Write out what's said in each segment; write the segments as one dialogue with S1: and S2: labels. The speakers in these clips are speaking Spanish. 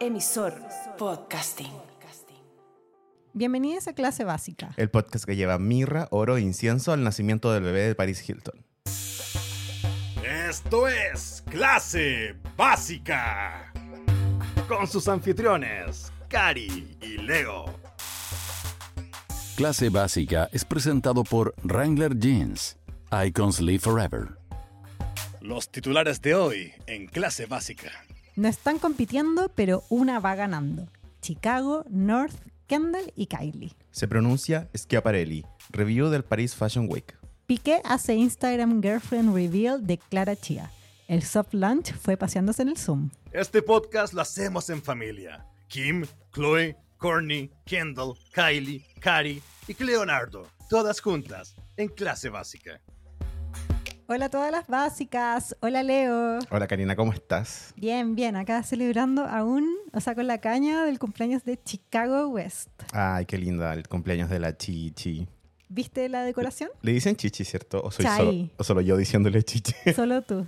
S1: Emisor Podcasting.
S2: Bienvenidos a clase básica.
S3: El podcast que lleva mirra, oro e incienso al nacimiento del bebé de Paris Hilton.
S4: Esto es Clase Básica. Con sus anfitriones, Cari y Leo.
S5: Clase Básica es presentado por Wrangler Jeans. Icons Live Forever.
S4: Los titulares de hoy en Clase Básica.
S2: No están compitiendo, pero una va ganando. Chicago, North, Kendall y Kylie.
S3: Se pronuncia Schiaparelli. Review del Paris Fashion Week.
S2: Piqué hace Instagram Girlfriend Reveal de Clara Chia. El soft lunch fue paseándose en el Zoom.
S4: Este podcast lo hacemos en familia. Kim, Chloe, Courtney, Kendall, Kylie, Cari y Leonardo. Todas juntas en Clase Básica.
S2: Hola a todas las básicas. Hola Leo.
S3: Hola Karina, ¿cómo estás?
S2: Bien, bien. Acá celebrando aún, o sea, con la caña del cumpleaños de Chicago West.
S3: Ay, qué linda el cumpleaños de la Chichi.
S2: ¿Viste la decoración?
S3: Le dicen Chichi, ¿cierto? ¿O, soy
S2: Chai.
S3: solo, o solo yo diciéndole Chichi?
S2: Solo tú.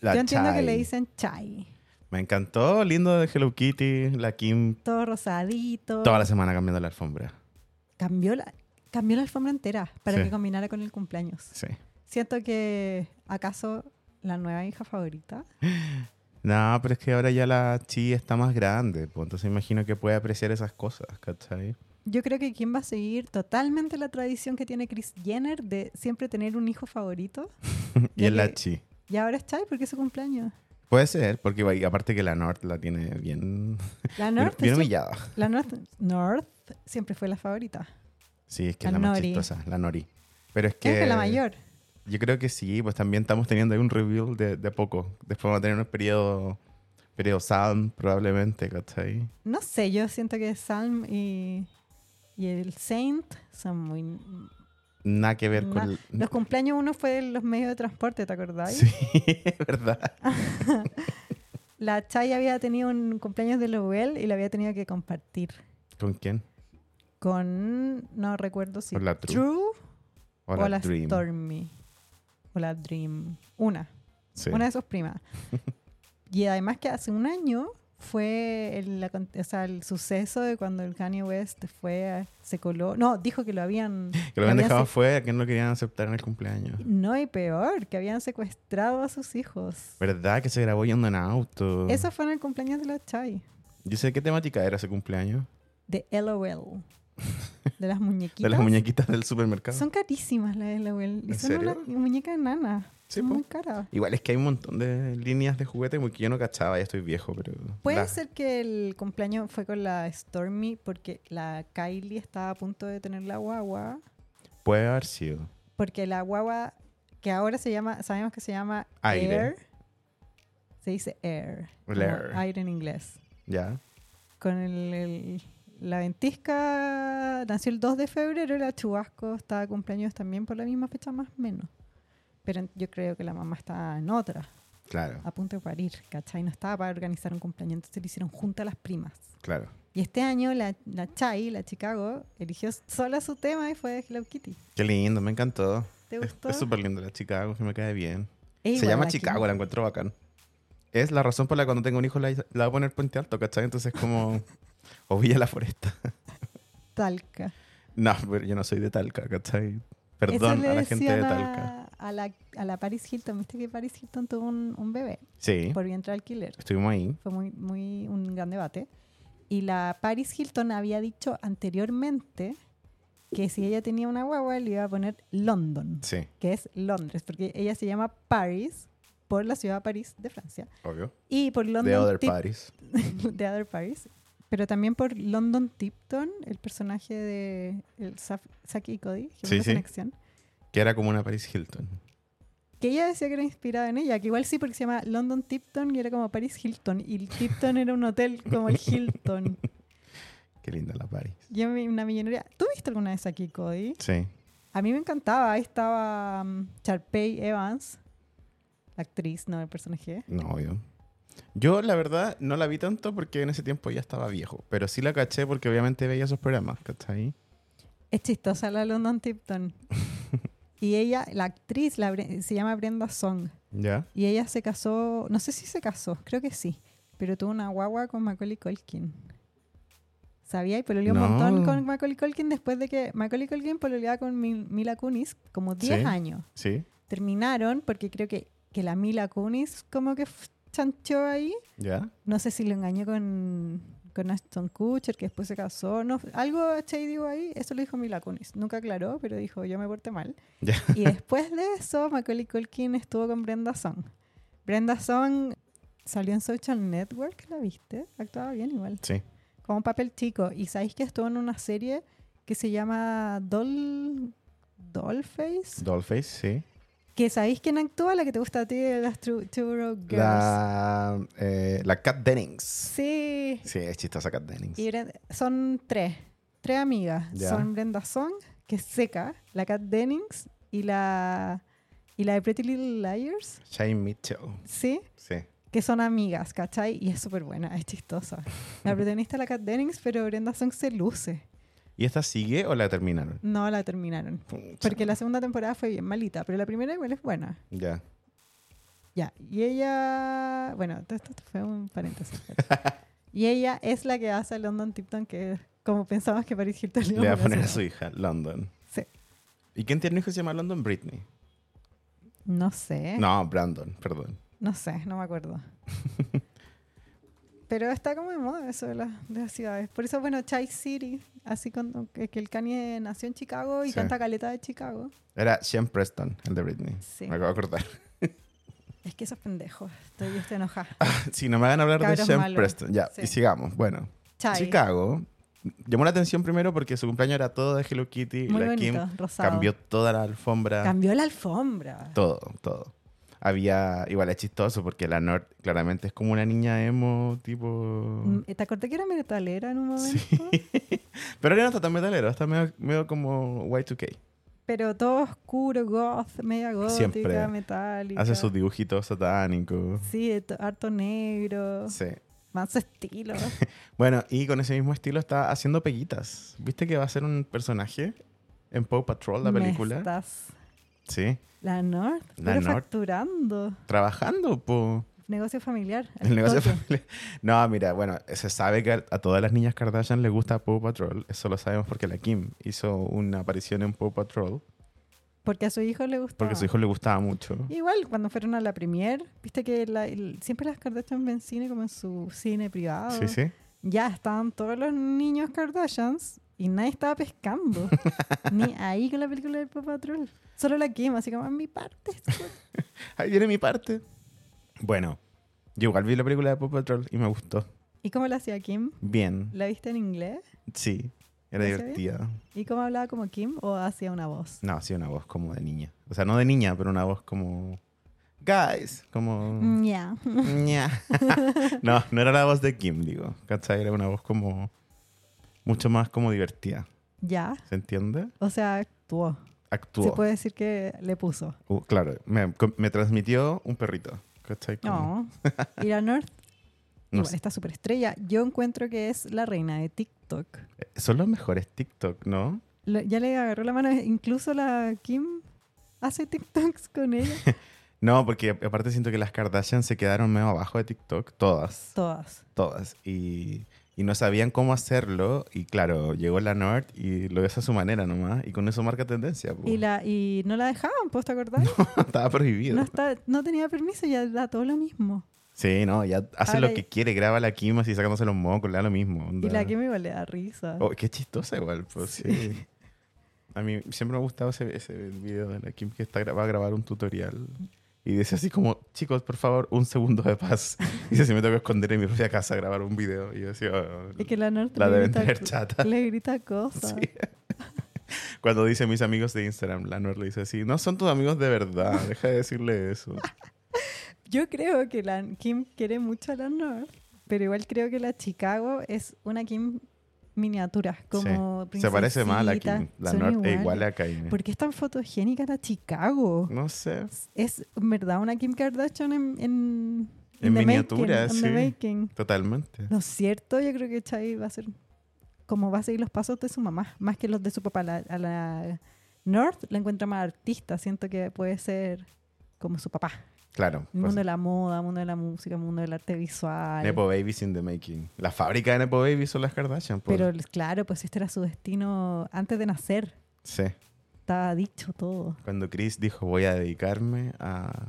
S3: La
S2: Yo entiendo que
S3: Chai.
S2: le dicen chai.
S3: Me encantó, lindo de Hello Kitty, la Kim.
S2: Todo rosadito.
S3: Toda la semana cambiando la alfombra.
S2: Cambió la, cambió la alfombra entera para
S3: Sí.
S2: que combinara con el cumpleaños.
S3: Sí.
S2: Siento que, ¿acaso la nueva hija favorita?
S3: No, pero es que ahora ya la Chi está más grande, pues entonces imagino que puede apreciar esas cosas, ¿cachai?
S2: Yo creo que Kim va a seguir totalmente la tradición que tiene Chris Jenner de siempre tener un hijo favorito.
S3: Y es la
S2: que-
S3: Chi.
S2: Y ahora es Chai porque es su cumpleaños.
S3: Puede ser, porque va- y aparte que la North la tiene bien,
S2: La
S3: bien,
S2: North,
S3: bien
S2: siem-
S3: humillada.
S2: la North, North siempre fue la favorita.
S3: Sí, es que es
S2: La
S3: la más
S2: Nori.
S3: chistosa, la Nori. Pero es que...
S2: Creo que la mayor.
S3: Yo creo que sí, pues también estamos teniendo ahí un review de, de a poco. Después vamos a tener un periodo, periodo Sam probablemente, ¿cachai?
S2: No sé, yo siento que Salm y, y el Saint son muy...
S3: Nada que ver
S2: na-
S3: con...
S2: Los cumpleaños uno fue en los medios de transporte, ¿te acordáis?
S3: Sí, ¿verdad?
S2: Ah. La Chay había tenido un cumpleaños de Lowell y lo había tenido que compartir
S3: ¿Con quién?
S2: con, no recuerdo si
S3: O la True.
S2: o
S3: O
S2: la,
S3: la Dream.
S2: Stormy o la Dream. Una,
S3: Sí.
S2: una de sus primas. y además que hace un año fue el, la con- o sea, el suceso de cuando el Kanye West fue, a- se coló, no, dijo que lo habían...
S3: Que lo habían dejado
S2: sec-
S3: fuera, que no lo querían aceptar en el cumpleaños.
S2: No, y peor, que habían secuestrado a sus hijos.
S3: ¿Verdad? Que se grabó yendo en auto.
S2: Eso fue en el cumpleaños de la Chay.
S3: Yo sé qué temática era ese cumpleaños.
S2: de LOL. De las muñequitas.
S3: De las muñequitas del supermercado.
S2: Son carísimas las LOL. Y
S3: ¿En
S2: son
S3: serio?
S2: unas muñecas enanas.
S3: Sí,
S2: son
S3: po.
S2: muy caras.
S3: Igual es que hay un montón de líneas de juguete muy que yo no cachaba, ya estoy viejo, pero...
S2: Puede
S3: la-
S2: ser que el cumpleaños fue con la Stormy porque la Kylie estaba a punto de tener la guagua.
S3: Puede haber sido.
S2: Porque la guagua que ahora se llama, sabemos que se llama
S3: Aire.
S2: Air. Se dice Air. como
S3: Air.
S2: Aire en inglés.
S3: ¿Ya?
S2: Con el- el- la ventisca nació el 2 de febrero, la chubasco estaba de cumpleaños también por la misma fecha más o menos. Pero yo creo que la mamá estaba en otra,
S3: Claro,
S2: a punto de parir, ¿cachai? No estaba para organizar un cumpleaños, entonces le hicieron junta a las primas.
S3: claro.
S2: Y este año la, la Chai, la Chicago, eligió sola su tema y fue Hello Kitty.
S3: Qué lindo, me encantó.
S2: ¿Te
S3: Es-
S2: gustó?
S3: Es súper lindo la Chicago, que me cae bien.
S2: Es
S3: Se
S2: E igual
S3: llama
S2: a la
S3: Chicago,
S2: Kim.
S3: la encuentro bacán. Es la razón por la que cuando tengo un hijo la, la voy a poner puente alto, ¿cachai? Entonces como... o Villa La Foresta.
S2: Talca.
S3: No, pero yo no soy de Talca, ¿cachai? Perdón
S2: Eso le
S3: a la gente de
S2: decían
S3: Talca.
S2: A, a la, a la Paris Hilton, viste que Paris Hilton tuvo un, un bebé
S3: Sí,
S2: por vientre alquiler.
S3: estuvimos ahí.
S2: fue muy, muy un gran debate. Y la Paris Hilton había dicho anteriormente que si ella tenía una guagua le iba a poner London,
S3: Sí,
S2: que es Londres, porque ella se llama Paris por la ciudad de París de Francia
S3: obvio.
S2: y por London
S3: The Other
S2: Tip-
S3: Paris.
S2: The Other Paris, pero también por London Tipton, el personaje de el Saf- Saki y Cody, que
S3: Sí, sí.
S2: acción.
S3: Que era como una Paris Hilton.
S2: Que ella decía que era inspirada en ella, que igual sí, porque se llama London Tipton y era como Paris Hilton. Y el Tipton era un hotel como el Hilton.
S3: Qué linda la Paris.
S2: Yo me- una millonaria. ¿Tú viste alguna vez aquí, Cody?
S3: Sí.
S2: A mí me encantaba. Ahí estaba mm, Charpey Evans, la actriz, no el personaje.
S3: No, obvio. Yo, la verdad, no la vi tanto porque en ese tiempo ya estaba viejo. Pero sí la caché porque obviamente veía esos programas, ¿cachai?
S2: Es chistosa la London Tipton. y ella, la actriz, la Bre- se llama Brenda Song.
S3: ¿Ya?
S2: Y ella se casó, no sé si se casó, creo que sí. pero tuvo una guagua con Macaulay Culkin. ¿Sabía? Y pololeó
S3: No.
S2: un montón con Macaulay Culkin después de que Macaulay Culkin pololeaba con Mil- Mila Kunis como 10
S3: Sí.
S2: años.
S3: Sí,
S2: Terminaron porque creo que, que la Mila Kunis como que f- chanchó ahí.
S3: ya.
S2: No sé si lo engañó con, con Ashton Kutcher, que después se casó. No, algo Shady digo ahí, eso lo dijo Mila Kunis. Nunca aclaró, pero dijo, yo me porté mal.
S3: Ya.
S2: Y después de eso, Macaulay Culkin estuvo con Brenda Song. Brenda Song salió en Social Network, ¿la viste? Actuaba bien igual.
S3: Sí.
S2: Como un papel chico. Y sabéis que estuvo en una serie que se llama Doll... Dollface.
S3: Dollface, sí.
S2: que sabéis quién actúa, la que te gusta a ti, de las True, True Girls.
S3: La, eh, la Kat Dennings.
S2: Sí.
S3: Sí, es chistosa Kat Dennings.
S2: Y Bren- son tres, tres amigas.
S3: Ya.
S2: Son Brenda Song, que es seca, la Kat Dennings y la, y la de Pretty Little Liars,
S3: Shane Mitchell.
S2: ¿sí?
S3: Sí.
S2: Que son amigas, ¿cachai? Y es súper buena, es chistosa. La protagonista es la Kat Dennings, pero Brenda Song se luce.
S3: ¿Y esta sigue o la terminaron?
S2: No la terminaron.
S3: Pucha.
S2: Porque la segunda temporada fue bien malita, pero la primera igual es buena.
S3: Ya.
S2: Ya, y ella, bueno, todo esto fue un paréntesis. pero- y ella es la que hace a London Tipton, que como pensamos que Paris Hilton
S3: Le va a
S2: íbamos
S3: poner a
S2: hacer.
S3: su hija, London.
S2: Sí.
S3: ¿Y quién tiene un hijo que se llama London? Britney.
S2: No sé. No.
S3: No, Brandon, perdón.
S2: sé, no me acuerdo. Pero está como de moda eso de las, de las ciudades. Por eso, bueno, Chai City, así con, que, que el Kanye nació en Chicago y
S3: Sí.
S2: canta caleta de Chicago.
S3: Era Sean Preston, el de Britney.
S2: Sí.
S3: Me acabo de acordar.
S2: Es que esos pendejos, estoy, yo estoy enojada.
S3: Si no me van a hablar de
S2: Cabros
S3: Sean
S2: malos.
S3: Preston. Ya,
S2: Sí.
S3: y sigamos. Bueno,
S2: Chai,
S3: Chicago. Llamó la atención primero porque su cumpleaños era todo de Hello Kitty.
S2: muy
S3: la Kim
S2: bonito, rosado.
S3: cambió toda la alfombra.
S2: Cambió la alfombra.
S3: Todo, todo. Había, igual es chistoso porque la Nord claramente es como una niña emo, tipo...
S2: Mm, ¿Te acordé que era metalera en un momento?
S3: Pero ahora no está tan metalero, está medio, medio como Y2K.
S2: Pero todo oscuro, goth, media gótica,
S3: Siempre
S2: metálica.
S3: Hace sus dibujitos satánicos.
S2: Sí, de to- harto negro,
S3: Sí.
S2: más estilo.
S3: Bueno, y con ese mismo estilo está haciendo peguitas. ¿Viste que va a ser un personaje en Paw Patrol, la
S2: Me
S3: película?
S2: estás-
S3: Sí.
S2: La North,
S3: La
S2: pero
S3: North.
S2: facturando.
S3: Trabajando, po.
S2: Negocio familiar. al
S3: El negocio
S2: toque.
S3: familiar. No, mira, bueno, se sabe que a todas las niñas Kardashian les gusta Paw Patrol. Eso lo sabemos porque la Kim hizo una aparición en Paw Patrol
S2: Porque a su hijo le gustaba.
S3: porque a su hijo le gustaba mucho.
S2: Igual, cuando fueron a la premier, viste que la- el- siempre las Kardashian ven cine como en su cine privado.
S3: Sí, sí.
S2: Ya estaban todos los niños Kardashians y nadie estaba pescando. Ni ahí con la película del Paw Patrol. Solo la Kim, así como, a mi parte.
S3: Ahí viene mi parte. Bueno, yo igual vi la película de Paw Patrol y me gustó.
S2: ¿Y cómo la hacía Kim?
S3: Bien.
S2: ¿La viste en inglés?
S3: Sí. Era
S2: ¿Lo hacía bien?
S3: divertida.
S2: ¿Y cómo hablaba como Kim o hacía una voz?
S3: No, sí, una voz como de niña. O sea, no de niña, pero una voz como. Guys, como.
S2: Mm, Ya.
S3: ña. no, no era la voz de Kim, digo. ¿Cachai? Era una voz como. Mucho más como divertida.
S2: Ya.
S3: ¿Se entiende?
S2: O sea, actuó. Se
S3: Actuó.
S2: puede decir que le puso.
S3: Uh, claro, me, co- me transmitió un perrito. ¿Cachai? Como-
S2: No. Y la North,
S3: no
S2: igual,
S3: sé.
S2: esta superestrella, yo encuentro que es la reina de TikTok.
S3: eh, Son los mejores TikTok, ¿no?
S2: Lo- ya le agarró la mano, incluso la Kim hace TikToks con ella.
S3: No, porque a- aparte siento que las Kardashian se quedaron medio abajo de TikTok, todas,
S2: Todas.
S3: todas. Y, y no sabían cómo hacerlo. Y claro, llegó la Nord y lo hizo a su manera nomás. Y con eso marca tendencia. po.
S2: Y, la, y no la dejaban, ¿pues te acordás?
S3: Estaba prohibido.
S2: No, está, no tenía permiso, ya da todo lo mismo.
S3: Sí, no, ya hace
S2: Ahora
S3: lo que
S2: ya-
S3: quiere, graba la Kim así sacándose los mocos, le da lo mismo. onda.
S2: Y la Kim igual le da risa.
S3: Oh, qué chistosa igual, pues sí. A mí siempre me ha gustado ese, ese video de la Kim que está, gra- va a grabar un tutorial y dice así como, chicos, por favor, un segundo de paz. Y dice, si me tengo que esconder en mi propia casa a grabar un video. Y yo decía, "Oh,
S2: Es que la North
S3: La
S2: le,
S3: deben
S2: grita,
S3: tener
S2: co-
S3: chata.
S2: le grita cosas.
S3: Sí. Cuando dice mis amigos de Instagram, Lanor le dice así, no son tus amigos de verdad, deja de decirle eso.
S2: Ah, Yo creo que la Kim quiere mucho a la North, pero igual creo que la Chicago es una Kim miniatura, como
S3: Sí. Se parece más a la
S2: princesita,
S3: Kim. La
S2: son
S3: Nord es igual
S2: iguales.
S3: a Kylie.
S2: ¿Por qué es tan fotogénica la Chicago?
S3: No sé.
S2: Es en verdad una Kim Kardashian en, en,
S3: En
S2: the making,
S3: miniatura,
S2: on the
S3: sí.
S2: making.
S3: Totalmente.
S2: No es cierto, yo creo que Chai va a ser como va a seguir los pasos de su mamá, más que los de su papá. La- a la North la encuentra más artista, siento que puede ser como su papá.
S3: Claro.
S2: El mundo
S3: pues,
S2: de la moda, mundo de la música, mundo del arte visual.
S3: Nepo Babies in the making. La fábrica de Nepo Babies son las Kardashian. pues.
S2: Pero el- claro, pues este era su destino antes de nacer.
S3: Sí.
S2: Estaba dicho todo.
S3: Cuando Chris dijo voy a dedicarme a...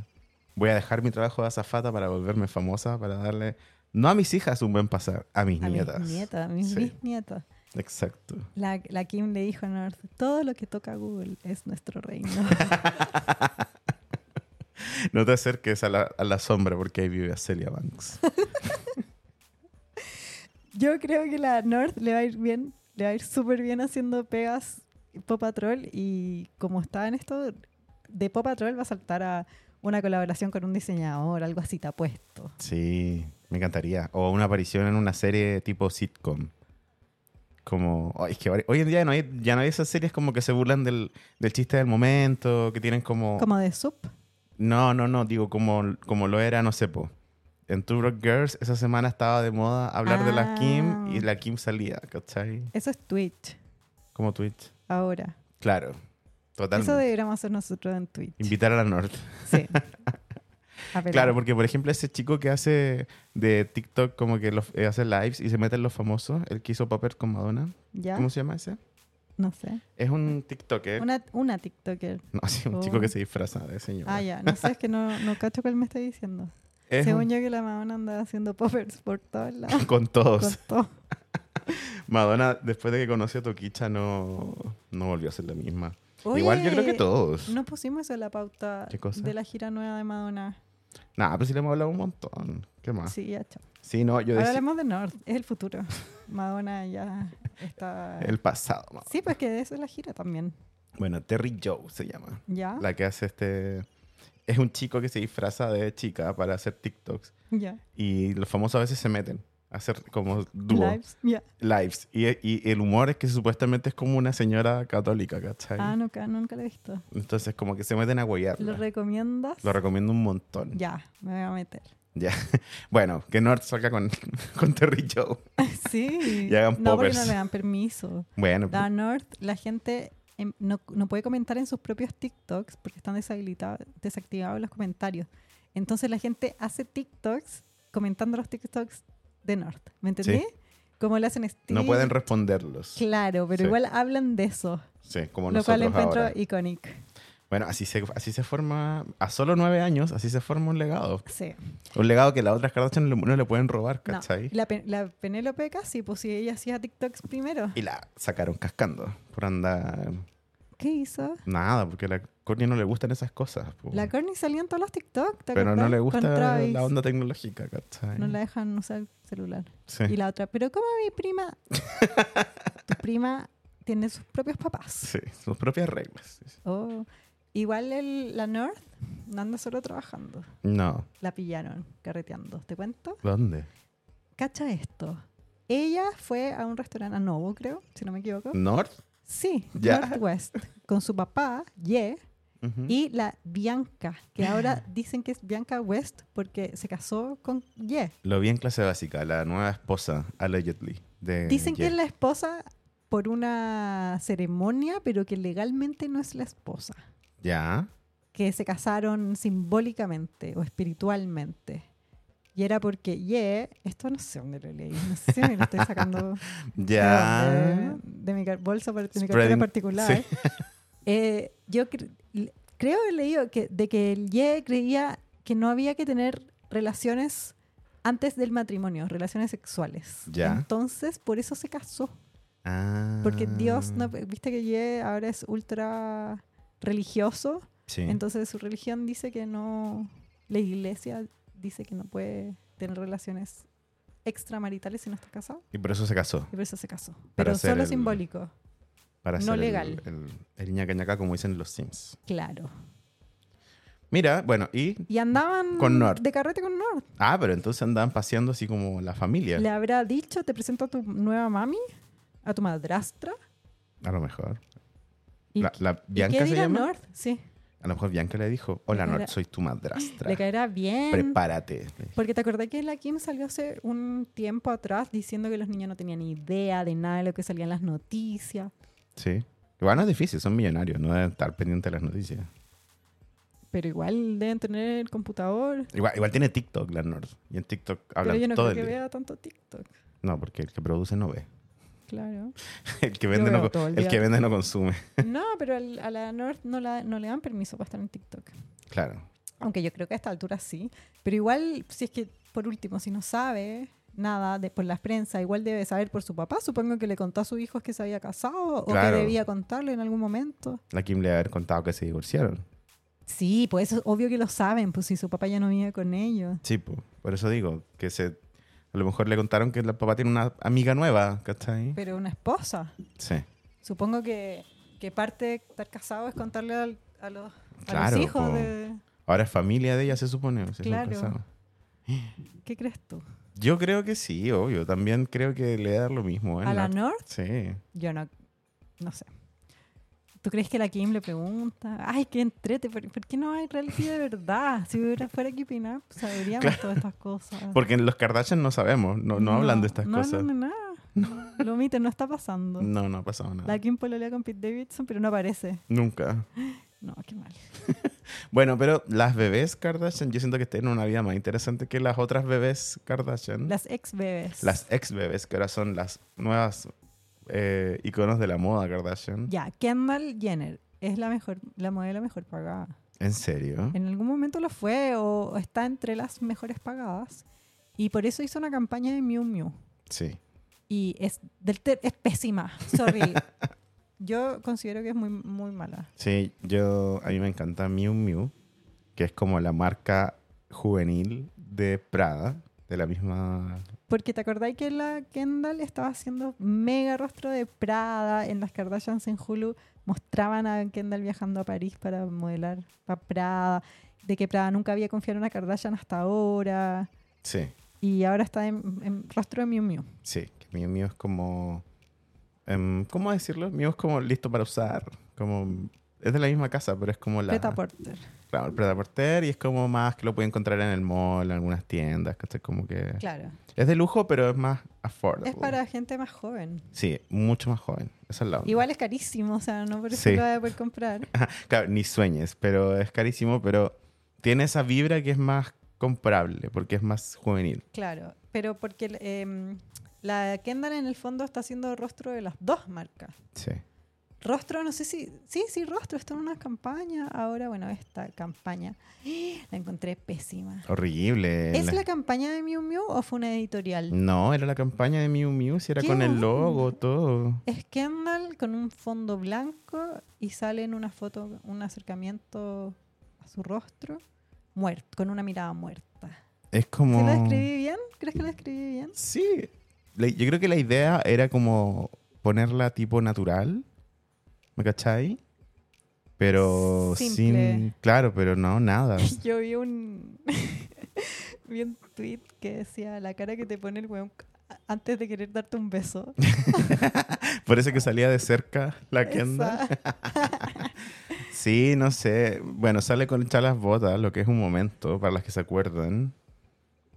S3: Voy a dejar mi trabajo de azafata para volverme famosa, para darle... No a mis hijas un buen pasar, a mis
S2: A
S3: nietas.
S2: mis nietas, a mis
S3: Sí.
S2: bisnietas.
S3: Exacto.
S2: La, la Kim le dijo a North, todo lo que toca Google es nuestro reino.
S3: No te acerques a la, a la sombra porque ahí vive Celia Banks.
S2: Yo creo que la North le va a ir bien, le va a ir súper bien haciendo pegas Pop Patrol y como está en esto, de Pop Patrol va a saltar a una colaboración con un diseñador, algo así te apuesto.
S3: Sí, me encantaría. O una aparición en una serie tipo sitcom. Como, ay, es que vari- hoy en día no hay, ya no hay esas series como que se burlan del, del chiste del momento, que tienen como...
S2: Como de sub.
S3: No, no, no, digo, como, como lo era, no sé, po. En Two Rock Girls esa semana estaba de moda hablar de la
S2: Ah.
S3: Kim y la Kim salía, ¿cachai?
S2: Eso es Twitch
S3: Como Twitch.
S2: ahora.
S3: Claro, totalmente.
S2: Eso deberíamos hacer nosotros en Twitch.
S3: Invitar a la North.
S2: Sí. A ver,
S3: Claro, porque por ejemplo ese chico que hace de TikTok como que los- eh, hace lives y se mete en los famosos, el que hizo Papers con Madonna.
S2: ¿Ya?
S3: ¿Cómo se Eh. llama ese?
S2: No sé.
S3: Es un TikToker.
S2: Una, una TikToker.
S3: No, sí, un
S2: Oh.
S3: chico que se disfraza de señora.
S2: Ah, ya. No sé, es que no, no cacho cuál me está diciendo.
S3: Es
S2: Según
S3: un-
S2: yo que la Madonna andaba haciendo poppers por todos lados.
S3: Con todos.
S2: con todo.
S3: Madonna, después de que conoció a Toquicha, no, no volvió a ser la misma. Igual yo creo que
S2: Oye,
S3: todos.
S2: No pusimos eso en la pauta
S3: ¿Qué cosa?
S2: de la gira nueva de Madonna.
S3: Nada, pero sí le hemos hablado un montón. ¿Qué más? Sí,
S2: Sí, ya, chao.
S3: no, Ah. yo
S2: Ahora
S3: decía
S2: hablamos de North, es el futuro. Madonna ya está...
S3: el pasado. Madonna.
S2: Sí, pues que de eso es la gira también.
S3: Bueno, Terry Joe se llama.
S2: ¿Ya?
S3: La que hace este... Es un chico que se disfraza de chica para hacer TikToks.
S2: ¿Ya?
S3: Y los famosos a veces se meten a hacer como dúo. Lives.
S2: Lives, ¿Ya?
S3: Y, y el humor es que supuestamente es como una señora católica, ¿cachai?
S2: Ah, nunca, nunca lo he visto.
S3: Entonces como que se meten a huear.
S2: ¿Lo recomiendas?
S3: Lo recomiendo un montón.
S2: ya, me voy a meter.
S3: Ya. Bueno, que North salga con, con Terry Joe.
S2: Sí.
S3: Y hagan
S2: no, porque no
S3: poppers.
S2: le dan permiso.
S3: Bueno,
S2: Da North, la gente em, no, no puede comentar en sus propios TikToks porque están deshabilitados, desactivados los comentarios. Entonces la gente hace TikToks comentando los TikToks de North. ¿Me entendí?
S3: Sí.
S2: Como lo hacen Steve.
S3: no pueden responderlos.
S2: Claro, pero
S3: Sí.
S2: igual hablan de eso.
S3: Sí, como
S2: lo
S3: nosotros
S2: cual encuentro
S3: ahora.
S2: icónico.
S3: Bueno, así se, así se forma, a solo nueve años, así se forma un legado.
S2: Sí.
S3: Un legado que las otras Kardashian no le- no le pueden robar,
S2: No,
S3: ¿cachai?
S2: La, Pe- la Penélope casi, pues si ella hacía TikToks primero.
S3: Y la sacaron cascando por andar
S2: ¿Qué hizo?
S3: nada, porque a la Courtney no le gustan esas cosas. po.
S2: La Courtney salía en todos los TikToks. ¿te
S3: Oh. Pero no
S2: acordás?
S3: le
S2: Con
S3: gusta
S2: Travis.
S3: la onda tecnológica, ¿cachai?
S2: No la dejan usar celular.
S3: Sí.
S2: Y la otra, pero como mi prima? tu prima tiene sus propios papás.
S3: Sí, sus propias reglas.
S2: Oh. Igual el- la North no anda solo trabajando.
S3: No,
S2: La pillaron carreteando. ¿Te cuento?
S3: ¿dónde?
S2: Cacha esto. Ella fue a un restaurante a Novo, creo, si no me equivoco.
S3: ¿North?
S2: Sí,
S3: Mm. Ya. Mm.
S2: Northwest, con su papá, Ye,
S3: Ujú.
S2: y la Bianca, que ahora dicen que es Bianca West porque se casó con Ye.
S3: Lo vi en clase básica, la nueva esposa, allegedly. De
S2: Dicen que
S3: Ye.
S2: es la esposa por una ceremonia, pero que legalmente no es la esposa.
S3: Ya.
S2: Que se casaron simbólicamente o espiritualmente. Y era porque Ye, esto no sé dónde lo leí, no sé si me lo estoy sacando de,
S3: Ya.
S2: dónde, de mi car- bolsa, par- de mi cartera
S3: Spreading-
S2: particular.
S3: sí.
S2: Eh, yo cre- le- creo he leído que, de que el Ye creía que no había que tener relaciones antes del matrimonio, relaciones sexuales.
S3: Ya.
S2: Entonces, por eso se casó.
S3: Ah.
S2: Porque Dios, no, eh, viste que Ye ahora es ultra religioso,
S3: Sí.
S2: entonces su religión dice que no, la iglesia dice que no puede tener relaciones extramaritales si no está casado,
S3: y por eso se casó.
S2: y por eso se casó.
S3: Para
S2: Pero
S3: hacer
S2: solo
S3: el-
S2: simbólico,
S3: Para
S2: No
S3: ser el-
S2: legal.
S3: El, el, ñaca ñaca, como dicen los Sims.
S2: claro.
S3: Mira, bueno, y.
S2: Y andaban
S3: Con North.
S2: de carrete con North.
S3: Ah, pero entonces andaban paseando así como la familia.
S2: Le habrá dicho, te presento a tu nueva mami, a tu madrastra.
S3: A lo mejor.
S2: ¿Y
S3: La,
S2: qué-
S3: la
S2: y
S3: Bianca
S2: qué
S3: se
S2: dirá
S3: llama.
S2: North? Sí,
S3: A lo mejor Bianca le dijo: Hola,
S2: Le
S3: Nor,
S2: caerá-
S3: soy tu madrastra.
S2: le caerá bien.
S3: Prepárate.
S2: Porque te acordás que la Kim salió hace un tiempo atrás diciendo que los niños no tenían idea de nada de lo que salían las noticias.
S3: Sí. Igual no es difícil, son millonarios, no deben estar pendientes de las noticias.
S2: Pero igual deben tener el computador.
S3: Igual, igual tiene TikTok la Nord. Y en TikTok hablan
S2: pero yo no
S3: todo
S2: creo
S3: el
S2: que
S3: día.
S2: vea tanto TikTok.
S3: No, porque el que produce no ve.
S2: Claro.
S3: El que vende,
S2: veo
S3: no,
S2: todo
S3: co-
S2: el
S3: el
S2: día.
S3: que vende no consume.
S2: No, pero al- a la North no, la- no le dan permiso para estar en TikTok.
S3: Claro.
S2: Aunque yo creo que a esta altura sí. Pero igual, si es que, por último, si no sabe nada de, por la prensa, igual debe saber por su papá. Supongo que le contó a su hijo que se había casado
S3: Claro.
S2: o que debía contarle en algún momento.
S3: La Kim le debe haber contado que se divorciaron.
S2: Sí, pues eso es obvio que lo saben, pues si su papá ya no vive con ellos.
S3: Sí, po. por eso digo, que se... A lo mejor le contaron que la papá tiene una amiga nueva, ¿cachai?
S2: Pero una esposa.
S3: Sí.
S2: Supongo que, que parte de estar casado es contarle al- a, los, a
S3: Claro,
S2: los hijos
S3: po.
S2: de...
S3: Ahora es familia de ella, se supone. o sea, son
S2: Claro.
S3: casados.
S2: ¿Qué crees tú?
S3: Yo creo que sí, obvio. También creo que le debe dar lo mismo. ¿eh?
S2: ¿A la
S3: Nat-
S2: North?
S3: Sí.
S2: Yo no, no sé. ¿Tú crees que la Kim le pregunta? Ay, qué entrete, ¿por, por qué no hay reality de verdad? Si hubiera fuera Keeping Up, sabríamos todas estas cosas.
S3: Porque en los Kardashian no sabemos, no, no, hablan de estas
S2: no
S3: cosas.
S2: hablan de nada. Lo omiten, no está pasando.
S3: No, no ha pasado nada.
S2: La Kim pololea con Pete Davidson, pero no aparece.
S3: Nunca.
S2: No, qué mal.
S3: Bueno, pero las bebés Kardashian, yo siento que tienen una vida más interesante que las otras bebés Kardashian.
S2: Las ex bebés.
S3: Mm. Las ex bebés, que ahora son las nuevas eh, iconos de la moda Kardashian.
S2: Ya, Kendall Jenner es la mejor, la modelo mejor pagada.
S3: ¿En serio?
S2: En algún momento lo fue o está entre las mejores pagadas. Y por eso hizo una campaña de Miu Miu.
S3: Sí.
S2: y es, del ter- es pésima. Sorry. Yo considero que es muy, muy mala.
S3: Sí, yo, a mí me encanta Miu Miu, que es como la marca juvenil de Prada, de la misma...
S2: Porque te acordáis que la Kendall estaba haciendo mega rostro de Prada en las Kardashians en Hulu. Mostraban a Kendall viajando a París para modelar para Prada. De que Prada nunca había confiado en una Kardashian hasta ahora.
S3: Sí.
S2: Y ahora está en, en rostro de Miu Miu.
S3: Sí, que Miu Miu es como. em, ¿Cómo decirlo? Miu es como listo para usar. Como, es de la misma casa, pero es como la.
S2: Preta Porter.
S3: Claro, el Preta Porter y es como más que lo puede encontrar en el mall, en algunas tiendas. ¿cachai? Como que.
S2: Claro.
S3: Es de lujo, pero es más affordable.
S2: Es para gente más joven.
S3: Sí, mucho más joven. Esa es la onda.
S2: Igual es carísimo, o sea, no por eso
S3: Sí.
S2: lo voy a poder comprar.
S3: Claro, ni sueñes, pero es carísimo, pero tiene esa vibra que es más comprable porque es más juvenil.
S2: Claro, pero porque eh, la Kendall en el fondo está haciendo rostro de las dos marcas.
S3: Sí.
S2: Rostro, no sé si. Sí, sí, rostro. Está en una campaña. Ahora, bueno, esta campaña la encontré pésima.
S3: Horrible.
S2: ¿Es
S3: La-
S2: la campaña de Miu Miu o fue una editorial?
S3: No, era la campaña de Miu Miu, si era
S2: ¿Qué
S3: con el logo,
S2: onda?
S3: todo.
S2: Es Kendall con un fondo blanco y sale en una foto, un acercamiento a su rostro, muerto, con una mirada muerta.
S3: Es como.
S2: ¿Se lo describí bien? ¿Crees que lo describí bien?
S3: Sí. La- Yo creo que la idea era como ponerla tipo natural. ¿Me cachai? Pero
S2: Simple.
S3: sin. Claro, pero no, nada.
S2: Yo vi un, vi un tweet que decía la cara que te pone el weón antes de querer darte un beso.
S3: Por eso que salía de cerca la Kendall.
S2: Esa-
S3: Sí, no sé. Bueno, sale con chalas botas, lo que es un momento para las que se acuerdan.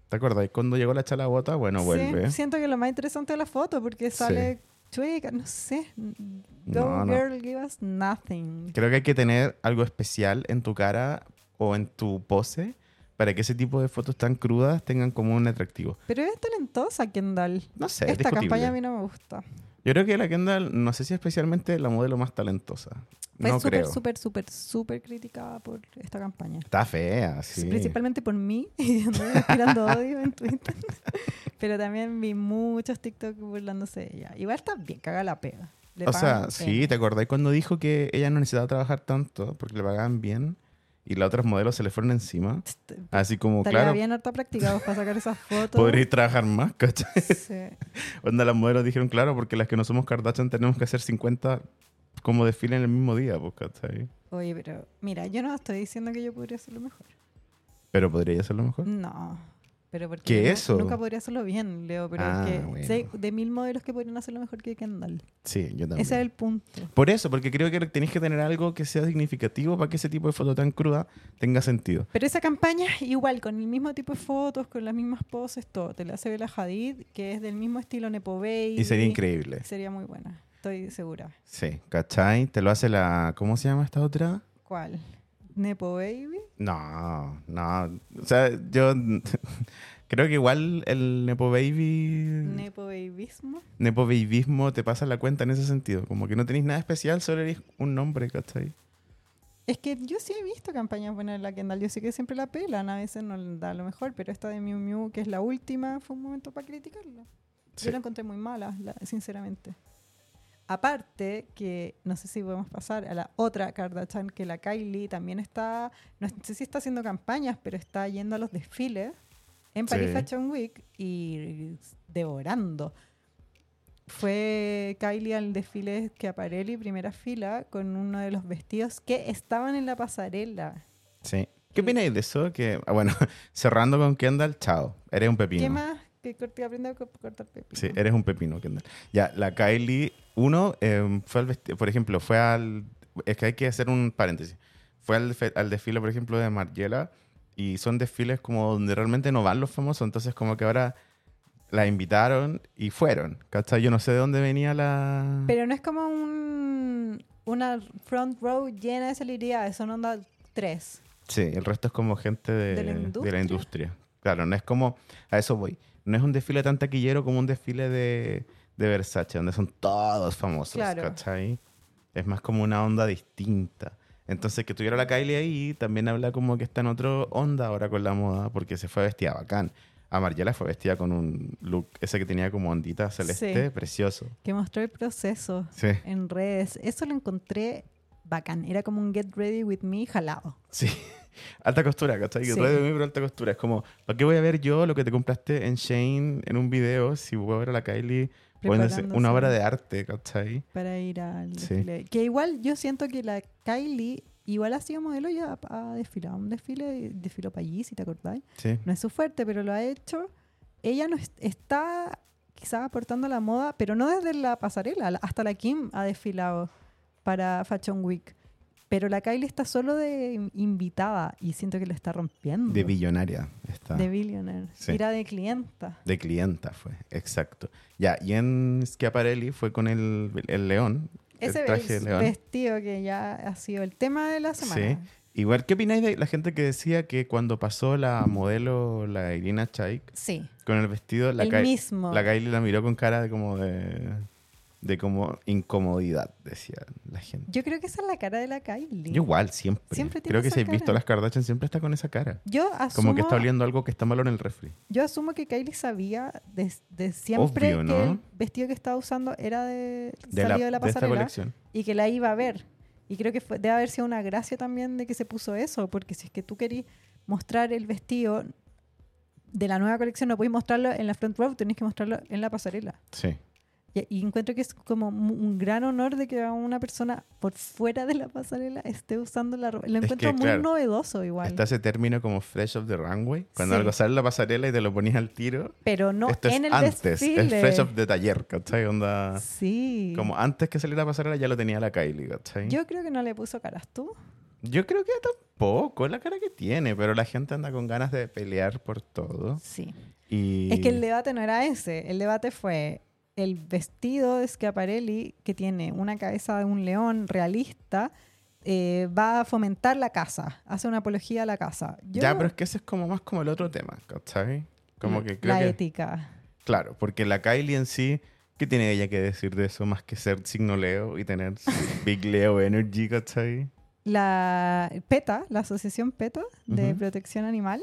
S3: ¿Te acuerdas? Cuando llegó la chala bota, bueno,
S2: Sí,
S3: vuelve.
S2: siento que lo más interesante de la foto porque sale chueca, no sé. Go
S3: No, no.
S2: girl, give us nothing.
S3: Creo que hay que tener algo especial en tu cara o en tu pose para que ese tipo de fotos tan crudas tengan como un atractivo.
S2: Pero es talentosa Kendall.
S3: No sé, es
S2: Esta
S3: discutible.
S2: campaña a mí no me gusta.
S3: Yo creo que la Kendall, no sé si especialmente la modelo más talentosa.
S2: Fue
S3: no
S2: súper,
S3: creo.
S2: súper, súper, súper criticada por esta campaña.
S3: Está fea, sí.
S2: Principalmente por mí, y anduve tirando odio en Twitter. Pero también vi muchos TikTok burlándose de ella. Igual está bien, caga la pega. Le
S3: O sea,
S2: pagan
S3: sí,
S2: bien.
S3: ¿te acordás cuando dijo que ella no necesitaba trabajar tanto porque le pagaban bien y los otros modelos se le fueron encima?
S2: Tst,
S3: Así como,
S2: Estaría
S3: claro,
S2: bien harta practicados para sacar esas fotos.
S3: podría trabajar más, ¿cachai?
S2: Sí.
S3: Onda, las modelos dijeron, claro, porque las que no somos Kardashian tenemos que hacer 50 como desfile en el mismo día, pues, ¿cachai?
S2: Oye, pero mira, yo no estoy diciendo que yo podría hacerlo mejor.
S3: Pero podría hacerlo
S2: Mm.
S3: mejor.
S2: No. Pero porque
S3: ¿Qué
S2: yo nu-
S3: eso?
S2: nunca podría hacerlo bien, Leo. Pero
S3: Ah,
S2: es que
S3: bueno.
S2: sé de mil modelos que podrían hacerlo mejor que Kendall.
S3: Sí, yo también.
S2: Ese es el punto.
S3: Por eso, porque creo que tenéis que tener algo que sea significativo para que ese tipo de foto tan cruda tenga sentido.
S2: Pero esa campaña, igual, con el mismo tipo de fotos, con las mismas poses, todo. Te la hace Bella Hadid, que es del mismo estilo Nepo Baby.
S3: Y sería increíble.
S2: Sería muy buena, estoy segura.
S3: Sí, ¿cachai? Te lo hace la... ¿Cómo se llama esta otra?
S2: ¿Cuál? ¿Nepo Baby?
S3: No, no. O sea, yo creo que igual el Nepo Baby.
S2: Nepobabyismo.
S3: Nepo Babyismo te pasa la cuenta en ese sentido. Como que no tenéis nada especial, solo eres un nombre, ¿cachai?
S2: Es que yo sí he visto campañas buenas de la Kendall. Yo sé que siempre la pelan, a veces no le da lo mejor, pero esta de Miu Miu, que es la última, fue un momento para criticarla.
S3: Sí.
S2: Yo la encontré muy mala, la- sinceramente. Aparte, que no sé si podemos pasar a la otra Kardashian, que la Kylie también está, no sé si está haciendo campañas, pero está yendo a los desfiles en Paris
S3: Sí.
S2: Fashion Week y devorando. Fue Kylie al desfile Schiaparelli, primera fila, con uno de los vestidos que estaban en la pasarela.
S3: Sí. ¿Qué opináis de eso? Que, ah, bueno, cerrando con Kendall, chao. Eres un pepino.
S2: ¿Qué más? Que corté aprendo a co- cortar pepino.
S3: Sí, eres un pepino, Kendall. Ya, la Kylie, uno, eh, fue al vesti- por ejemplo, fue al... Es que hay que hacer un paréntesis. Fue al, fe- al desfile, por ejemplo, de Margiela y son desfiles como donde realmente no van los famosos, entonces como que ahora la invitaron y fueron. ¿Cachai? Yo no sé de dónde venía la...
S2: Pero no es como un, una front row llena de celebridades, son onda tres.
S3: Sí, el resto es como gente
S2: ¿De
S3: de,
S2: la
S3: de la
S2: industria?
S3: industria. Claro, no es como... A eso voy. No es un desfile tan taquillero como un desfile de, de Versace, donde son todos famosos,
S2: Claro.
S3: ¿cachai? Es más como una onda distinta. Entonces, que tuviera la Kylie ahí también habla como que está en otra onda ahora con la moda, porque se fue vestida bacán. A Mariela fue vestida con un look ese que tenía como ondita celeste,
S2: Sí.
S3: precioso.
S2: Que mostró el proceso
S3: Sí,
S2: en redes. Eso lo encontré bacán. Era como un get ready with me jalado.
S3: sí. Alta costura, ¿cachai? Que
S2: Sí.
S3: radio mí, pero alta costura. Es como, ¿para qué voy a ver yo lo que te compraste en Shane en un video si voy a ver a la Kylie poniéndose una
S2: Preparándose.
S3: obra de arte, ¿cachai?
S2: Para ir al
S3: Sí.
S2: desfile. Que igual yo siento que la Kylie igual ha sido modelo ya ha desfilado un desfile, desfiló para allí, si te acordáis.
S3: Sí.
S2: No es su fuerte, pero lo ha hecho. Ella no es- está quizás aportando a la moda, pero no desde la pasarela. la- Hasta la Kim ha desfilado para Fashion Week. Pero la Kylie está solo de invitada y siento que la está rompiendo.
S3: De billonaria está.
S2: Mm. De billionaire.
S3: Sí.
S2: Era de clienta.
S3: De clienta fue, exacto. Ya, y en Schiaparelli fue con el, el león,
S2: Ese
S3: el traje de
S2: ves-
S3: león.
S2: vestido que ya ha sido el tema de la semana.
S3: Sí. Igual, ¿qué opináis de la gente que decía que cuando pasó la modelo, la Irina Chaik,
S2: Sí.
S3: con el vestido, la,
S2: El
S3: Kai-
S2: mismo.
S3: la Kylie la miró con cara de como de, de como incomodidad, decía la gente.
S2: Yo creo que esa es la cara de la Kylie.
S3: Yo igual, siempre.
S2: Siempre tiene
S3: Creo que
S2: esa
S3: si has visto
S2: cara.
S3: las Kardashian, siempre está con esa cara.
S2: Yo asumo,
S3: Como que está oliendo algo que está malo en el refri.
S2: yo asumo que Kylie sabía desde siempre
S3: Obvio,
S2: que
S3: ¿no?
S2: el vestido que estaba usando era de,
S3: De
S2: salido
S3: la,
S2: de la
S3: de esta
S2: pasarela.
S3: colección.
S2: y que la iba a ver. Y creo que fue, debe haber sido una gracia también de que se puso eso, porque si es que tú querís mostrar el vestido de la nueva colección, no podéis mostrarlo en la front row, tenés que mostrarlo en la pasarela.
S3: Sí.
S2: Y, y encuentro que es como mu- un gran honor de que a una persona por fuera de la pasarela esté usando la ropa. Lo
S3: Es
S2: encuentro
S3: que,
S2: muy
S3: claro,
S2: novedoso igual.
S3: Está ese término como fresh of the runway, cuando
S2: Sí.
S3: algo sale en la pasarela y te lo ponías al tiro.
S2: Pero no
S3: Esto es
S2: en el
S3: antes,
S2: desfile.
S3: es fresh of the taller, ¿cachai? Onda,
S2: Sí.
S3: como antes que saliera la pasarela ya lo tenía la Kylie, ¿cachai?
S2: Yo creo que no le puso caras tú.
S3: Yo creo que tampoco, es la cara que tiene, pero la gente anda con ganas de pelear por todo.
S2: Sí.
S3: Y...
S2: Es que el debate no era ese. El debate fue el vestido de Schiaparelli, que tiene una cabeza de un león realista, eh, va a fomentar la casa, hace una apología a la casa. Yo-
S3: Ya, pero es que ese es como más como el otro tema, ¿cachai? Como que creo
S2: Mm, la
S3: que...
S2: ética.
S3: Claro, porque la Kylie en sí, ¿qué tiene ella que decir de eso más que ser signo Leo y tener su Big Leo Energy, ¿cachai?
S2: La PETA, la Asociación PETA de
S3: Ujú.
S2: Protección Animal,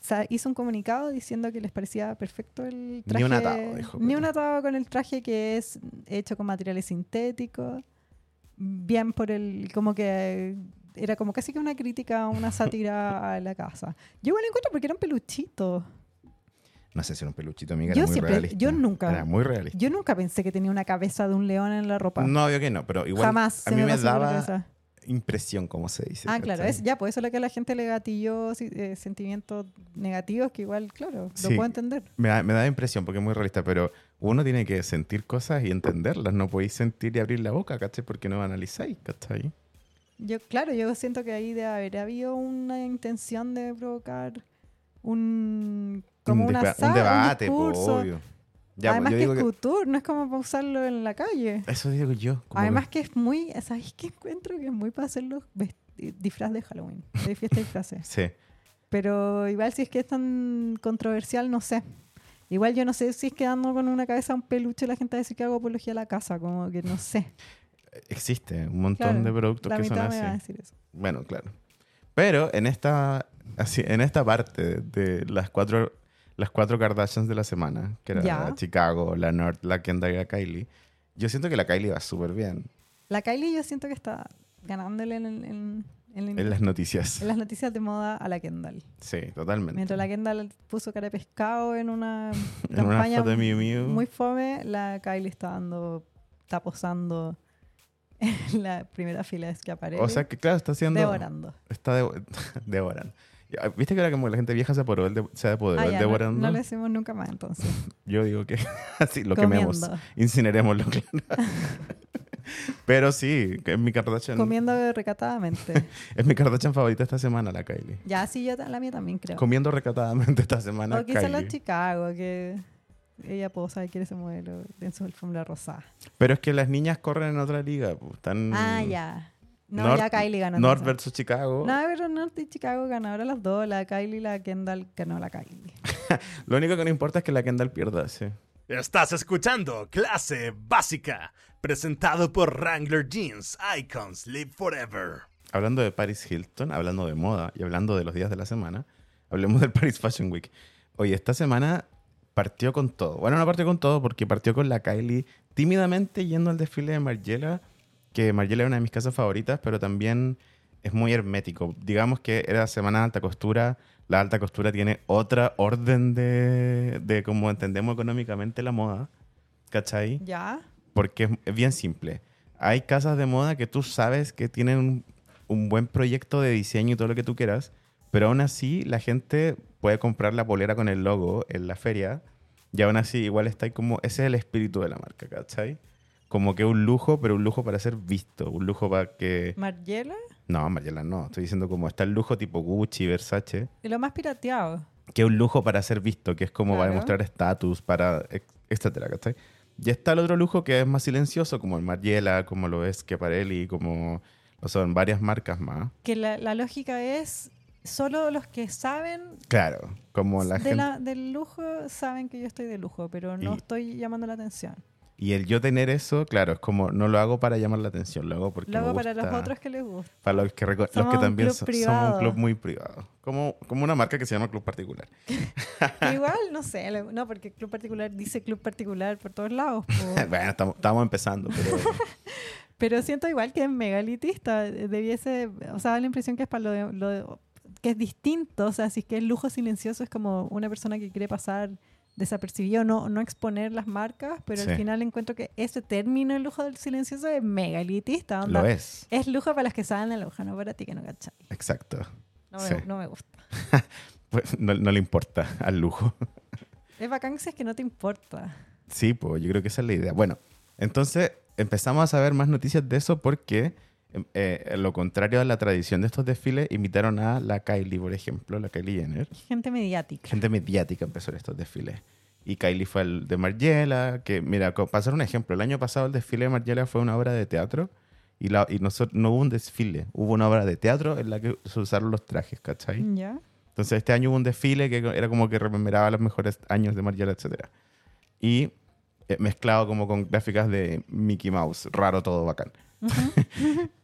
S2: sa- hizo un comunicado diciendo que les parecía perfecto el traje.
S3: Ni un atado, dijo
S2: Ni
S3: PETA.
S2: un atado con el traje que es hecho con materiales sintéticos. Bien por el. como que. Era como casi que una crítica, una sátira a la casa. Yo igual lo encuentro porque era un peluchito.
S3: No sé si era un peluchito, amiga,
S2: Yo
S3: era muy
S2: siempre-
S3: realista.
S2: yo nunca-
S3: Era muy realista.
S2: Yo nunca pensé que tenía una cabeza de un león en la ropa.
S3: No, obvio que no, pero igual
S2: Jamás.
S3: a
S2: se
S3: mí me
S2: pasó por la
S3: daba
S2: cabeza.
S3: impresión, como se dice.
S2: Ah, claro,
S3: ¿cachai?
S2: es, ya, pues eso es lo que a la gente le gatilló si- eh, sentimientos negativos, que igual, claro,
S3: Sí.
S2: lo puedo entender.
S3: Me da, me da impresión porque es muy realista, pero uno tiene que sentir cosas y entenderlas. No podéis sentir y abrir la boca, ¿cachai? Porque no analizáis, ¿cachai?
S2: Yo, claro, yo siento que ahí de haber habido una intención de provocar un como
S3: un,
S2: una
S3: deba- un
S2: saga, un
S3: debate, po,
S2: discurso.
S3: obvio. Ya,
S2: Además
S3: pues, yo
S2: que
S3: digo
S2: es
S3: que-
S2: couture, no es como para usarlo en la calle.
S3: Eso digo yo. como
S2: Además que es muy, ¿sabéis qué encuentro? Que es muy para hacer los, ves- eh, disfraz de Halloween, de fiesta de disfraces.
S3: Sí.
S2: Pero igual si es que es tan controversial, no sé. Igual yo no sé si es que ando con una cabeza un peluche la gente va a decir que hago apología a la casa, como que no sé.
S3: Existe un montón
S2: Claro,
S3: de productos
S2: La
S3: que son
S2: mitad me va a
S3: así.
S2: decir eso.
S3: Bueno, claro. Pero en esta, así, en esta parte de las cuatro, las cuatro Kardashians de la semana, que era
S2: Ya.
S3: Chicago, la North, la Kendall y la Kylie, yo siento que la Kylie va súper bien
S2: La Kylie yo siento que está ganándole en, en- en- en-
S3: en las noticias.
S2: en las noticias de moda a la Kendall.
S3: Sí, totalmente.
S2: Mientras la Kendall puso cara de pescado en una
S3: en una
S2: campaña
S3: foto de Miu Miu.
S2: muy fome, la Kylie está dando, está posando en la primera fila es que aparece.
S3: o sea que, claro, está haciendo...
S2: devorando.
S3: Está devo- devorando. Ya, ¿Viste que ahora como la gente vieja se apoderó, el de- se apoderó
S2: Ah,
S3: el
S2: ya, no,
S3: devorando?
S2: no lo decimos nunca más entonces.
S3: Yo digo que así lo quememos.
S2: comiendo.
S3: Incinerémoslo, claro. Pero sí, que es mi Kardashian.
S2: Comiendo recatadamente.
S3: Es mi Kardashian favorita esta semana, la Kylie.
S2: ya, sí, yo ta- la mía también creo.
S3: Comiendo recatadamente esta semana,
S2: o quizás la
S3: Kylie.
S2: Chicago, que ella posa y quiere ese modelo en su alfombra rosada.
S3: Pero es que las niñas corren en otra liga. pues, Están
S2: Ah, ya. No,
S3: North-
S2: ya Kylie ganó.
S3: North
S2: entonces.
S3: versus Chicago.
S2: No, pero North y Chicago ganaron las dos. La Kylie y la Kendall ganó la Kylie.
S3: Lo único que no importa es que la Kendall pierda, sí.
S4: Estás escuchando Clase Básica, presentado por Wrangler Jeans, Icons Live Forever.
S3: Hablando de Paris Hilton, hablando de moda y hablando de los días de la semana, hablemos del Paris Fashion Week. Oye, esta semana partió con todo. Bueno, no partió con todo porque partió con la Kylie tímidamente yendo al desfile de Margiela, que Margiela es una de mis casas favoritas, pero también es muy hermético. Digamos que era semana de alta costura. La alta costura tiene otra orden de, de cómo entendemos económicamente la moda. ¿Cachai?
S2: ¿Ya?
S3: porque es- es bien simple. Hay casas de moda que tú sabes que tienen un, un buen proyecto de diseño y todo lo que tú quieras, pero aún así la gente puede comprar la polera con el logo en la feria y aún así igual está ahí como, ese es el espíritu de la marca, ¿cachai? Como que un lujo, pero un lujo para ser visto, un lujo para que...
S2: Margiela
S3: No, Mariela, no, estoy diciendo como está el lujo tipo Gucci, Versace,
S2: y lo más pirateado.
S3: que es un lujo para ser visto, que es como para
S2: Claro.
S3: demostrar estatus, para ex- etcétera, ¿cachai? Y está el otro lujo que es más silencioso, como el Mariela, como lo es Schiaparelli, como lo son varias marcas más.
S2: Que la, la lógica es, solo los que saben
S3: Claro, como la
S2: de
S3: gente...
S2: la- del lujo saben que yo estoy de lujo, pero no
S3: Y-
S2: estoy llamando la atención.
S3: Y el yo tener eso, claro, es como no lo hago para llamar la atención, lo hago porque
S2: Lo hago
S3: me
S2: para los
S3: gusta,
S2: otros que les gusta.
S3: Para los que, reco- los
S2: Somos
S3: que
S2: un
S3: también
S2: club
S3: so- somos un
S2: privado.
S3: club muy privado. Como, como una marca que se llama Club Particular.
S2: Pero Igual, no sé, le- no, porque club particular dice club particular por todos lados. po.
S3: bueno, estamos, estamos empezando, pero...
S2: Pero siento igual que es mega elitista. eh, Debiese, o sea, da la impresión que es para lo de, lo de- que es distinto. O sea, si es que el lujo silencioso es como una persona que quiere pasar desapercibido, no, no exponer las marcas, pero
S3: Sí.
S2: al final encuentro que ese término, el lujo del silencioso, es mega elitista. onda.
S3: lo es.
S2: Es lujo para los que saben el lujo, no para ti que no cachai.
S3: Exacto.
S2: No me,
S3: Sí.
S2: no me gusta.
S3: Pues, no- no le importa al lujo.
S2: Es bacán si es que no te importa.
S3: Sí, pues yo creo que esa es la idea. Bueno, entonces empezamos a saber más noticias de eso porque, em, eh, lo contrario a la tradición de estos desfiles, invitaron a la Kylie, por ejemplo, la Kylie Jenner.
S2: Gente mediática.
S3: Gente mediática empezó en estos desfiles. Y Kylie fue el de Margiela, que, mira, co- para hacer un ejemplo, el año pasado el desfile de Margiela fue una obra de teatro y, la, y nosotros, no hubo un desfile, hubo una obra de teatro en la que se usaron los trajes, ¿cachai?
S2: ¿Ya?
S3: Entonces este año hubo un desfile que era como que rememoraba los mejores años de Mariela, etc. Y eh, mezclado como con gráficas de Mickey Mouse. Raro todo, bacán.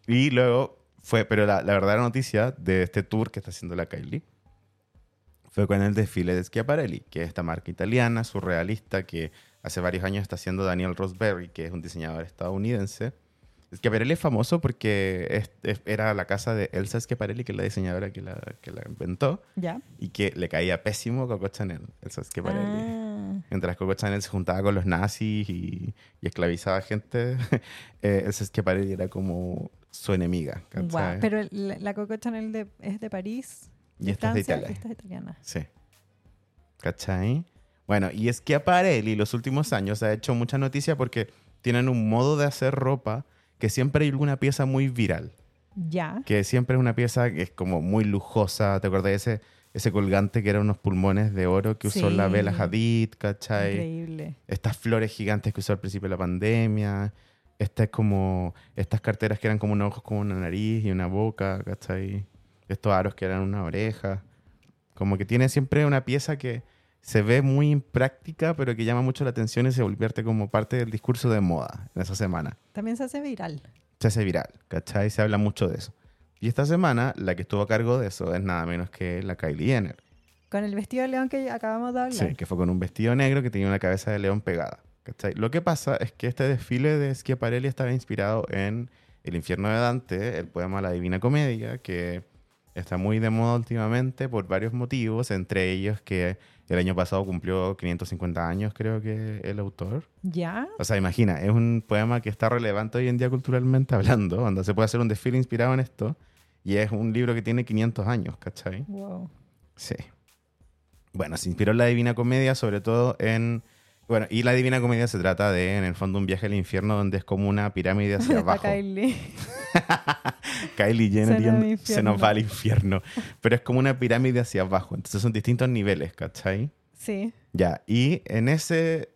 S3: y luego fue, pero la, la verdadera noticia de este tour que está haciendo la Kylie fue con el desfile de Schiaparelli, que es esta marca italiana, surrealista, que hace varios años está haciendo Daniel Rosberry, que es un diseñador estadounidense. Schiaparelli es famoso porque es- es- era la casa de Elsa Schiaparelli, que es la diseñadora que la, que la inventó
S2: ¿Ya?
S3: y que le caía pésimo Coco Chanel, el Schiaparelli.
S2: Ah,
S3: Mientras Coco Chanel se juntaba con los nazis y, y esclavizaba gente, eh, el Schiaparelli era como su enemiga.
S2: guau.
S3: ¿cachai?
S2: Pero el- la, la Coco Chanel de- es de París.
S3: y esta es de
S2: Francia,
S3: Italia.
S2: esta es italiana.
S3: Sí. ¿Cachai? Bueno, y es que Aparelli los últimos años ha hecho mucha noticia porque tienen un modo de hacer ropa que siempre hay alguna pieza muy viral.
S2: Ya.
S3: que siempre es una pieza que es como muy lujosa. ¿Te acordás de ese, ese colgante que eran unos pulmones de oro que usó la
S2: Sí.
S3: Bella Hadid, cachai?
S2: Increíble.
S3: Estas flores gigantes que usó al principio de la pandemia. Esta es como estas carteras que eran como unos ojos con una nariz y una boca, ¿cachai? Estos aros que eran una oreja. Como que tiene siempre una pieza que se ve muy impráctica, pero que llama mucho la atención y se volvierte como parte del discurso de moda en esa semana.
S2: También se hace viral.
S3: Se hace viral, ¿cachai? Se habla mucho de eso. Y esta semana, la que estuvo a cargo de eso es nada menos que la Kylie Jenner.
S2: Con el vestido de león que acabamos de hablar.
S3: Sí, que fue con un vestido negro que tenía una cabeza de león pegada. ¿cachai? Lo que pasa es que este desfile de Schiaparelli estaba inspirado en El infierno de Dante, el poema La Divina Comedia, que está muy de moda últimamente por varios motivos, entre ellos que el año pasado cumplió 550 años, creo que el autor.
S2: ¿Ya?
S3: O sea, imagina, es un poema que está relevante hoy en día culturalmente hablando, donde se puede hacer un desfile inspirado en esto, y es un libro que tiene 500 años, ¿cachai?
S2: Wow.
S3: Sí. Bueno, se inspiró en la Divina Comedia, sobre todo en. Bueno, y la Divina Comedia se trata de, en el fondo, un viaje al infierno donde es como una pirámide hacia
S2: Está
S3: abajo.
S2: Kylie.
S3: Kylie Jenner
S2: Se nos
S3: yendo-
S2: va al
S3: se nos va al
S2: infierno.
S3: infierno. Pero es como una pirámide hacia abajo. Entonces son distintos niveles, ¿cachai?
S2: Sí.
S3: Ya, y en ese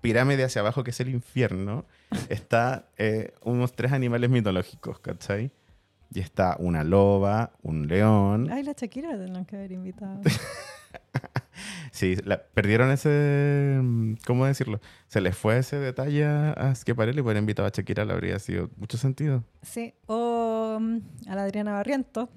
S3: pirámide hacia abajo, que es el infierno, está eh, unos tres animales mitológicos, ¿cachai? Y está una loba, un león.
S2: Ay, la Shakira la tendrán que haber invitado.
S3: Sí, la- perdieron ese. mm, ¿Cómo decirlo? Se les fue ese detalle a- a Schiaparelli, pero invitado a Shakira le habría sido mucho sentido.
S2: Sí. O mm, a la Adriana Barriento.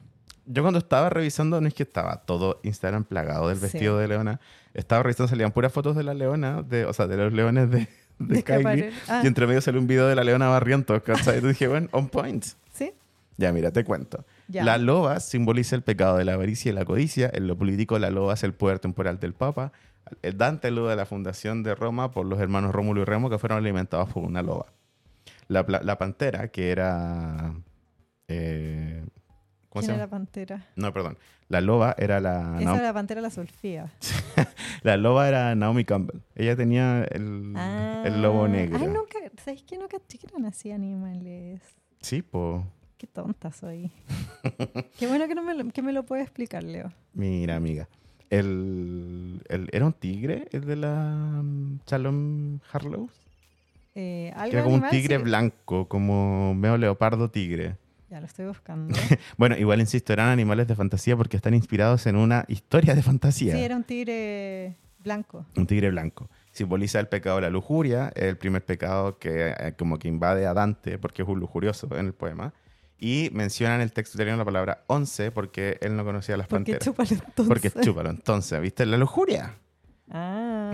S3: Yo cuando estaba revisando, no es que estaba todo Instagram plagado del
S2: Sí.
S3: vestido de leona. Estaba revisando, salían puras fotos de la leona, de, o sea, de los leones de, de
S2: De
S3: Kylie.
S2: Schiaparelli. Ah.
S3: Y entre medio salió un video de la leona barrientos, ¿cachai? Y dije, bueno, on point.
S2: Sí.
S3: Ya, mira, te cuento.
S2: Ya.
S3: La loba simboliza el pecado de la avaricia y la codicia. En lo político, la loba es el poder temporal del Papa. El Dante lo de la fundación de Roma por los hermanos Rómulo y Remo que fueron alimentados por una loba. La, pla- la pantera, que era... eh, ¿Cómo se
S2: ¿Quién era
S3: llama? Ah,
S2: la pantera?
S3: No, perdón. La loba era la...
S2: Esa
S3: Nao-
S2: era la pantera la Sulfía.
S3: La loba era Naomi Campbell. Ella tenía el, el lobo negro.
S2: Ah, Ay, nunca. ¿Sabes qué? Nunca eran así animales.
S3: Sí, po.
S2: Qué tonta soy. qué bueno que, no me lo, que me lo puede explicar, Leo.
S3: Mira, amiga. El, el- ¿Era un tigre el de la mm, Shalom Harlow?
S2: Eh,
S3: Que
S2: algo
S3: era como un
S2: animal,
S3: tigre
S2: sí.
S3: blanco, como medio leopardo tigre.
S2: Ya lo estoy buscando.
S3: Bueno, igual insisto, eran animales de fantasía porque están inspirados en una historia de
S2: sí,
S3: fantasía.
S2: era un tigre blanco.
S3: Un tigre blanco. Simboliza el pecado de la lujuria, el primer pecado que eh, como que invade a Dante, porque es un lujurioso en el poema. Y menciona en el texto italiano la palabra once porque él no conocía las
S2: Porque
S3: panteras.
S2: chúpalo entonces.
S3: Porque chúpalo, entonces, ¿viste? La lujuria.
S2: Ah.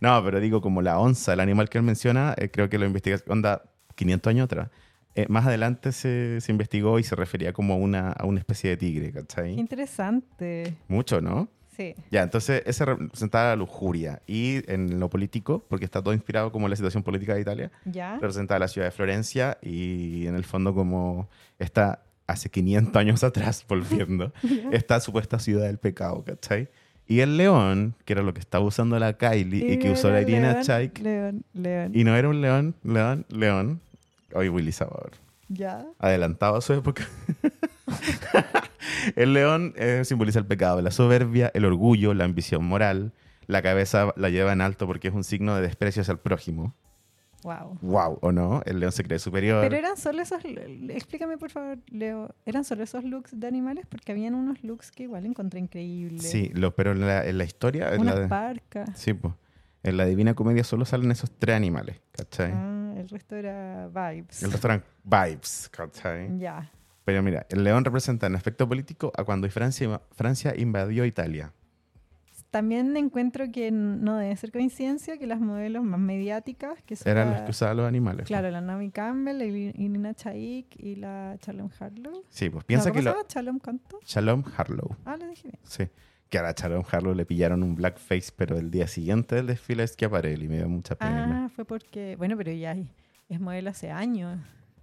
S3: No, pero digo, como la onza, el animal que él menciona, eh, creo que lo investiga, onda, 500 años atrás. Eh, más adelante se, se investigó y se refería como a una, a una especie de tigre,
S2: qué
S3: ¿cachai?
S2: interesante.
S3: Mucho, ¿no?
S2: Sí.
S3: Ya, entonces ese representaba la lujuria. Y en lo político, porque está todo inspirado como en la situación política de Italia,
S2: ¿Ya?
S3: representaba la ciudad de Florencia y en el fondo como está hace 500 años atrás, volviendo, esta supuesta ciudad del pecado, ¿cachai? Y el león, que era lo que estaba usando la Kylie y que usó la
S2: era
S3: Irina
S2: león,
S3: Chaik,
S2: León, león.
S3: y no era un león, león, león. Hoy Willy Sabor.
S2: ¿Ya?
S3: Adelantado a su época. el león eh, simboliza el pecado, la soberbia, el orgullo, la ambición moral. La cabeza la lleva en alto porque es un signo de desprecio hacia el prójimo.
S2: Wow.
S3: Wow, ¿o no? El león se cree superior.
S2: Pero eran solo esos. Explícame, por favor, Leo. ¿Eran solo esos looks de animales? Porque habían unos looks que igual encontré increíbles.
S3: Sí, lo, pero en la, en la historia... En la,
S2: Unas
S3: de-
S2: parcas.
S3: sí, pues. En la Divina Comedia solo salen esos tres animales, ¿cachai?
S2: Ah, el resto era vibes.
S3: El restaurante Vibes, ¿cachai?
S2: Ya.
S3: Pero mira, el león representa en aspecto político a cuando Francia, Francia invadió Italia.
S2: También encuentro que no debe ser coincidencia que las modelos más mediáticas, que son
S3: Eran
S2: la-
S3: las que usaban los animales.
S2: Claro, la Naomi Campbell, la Irina Chaik y la Shalom Harlow.
S3: Sí, pues piensa
S2: No,
S3: que
S2: ¿cómo
S3: lo...
S2: se llama? ¿Shalom cuánto?
S3: Shalom Harlow.
S2: Ah, lo dije bien.
S3: Sí. Que a la Shalom Harlow le pillaron un blackface, pero el día siguiente del desfile es Schiaparelli. Me dio mucha pena.
S2: Ah, fue porque... Bueno, pero ya es- es modelo hace años.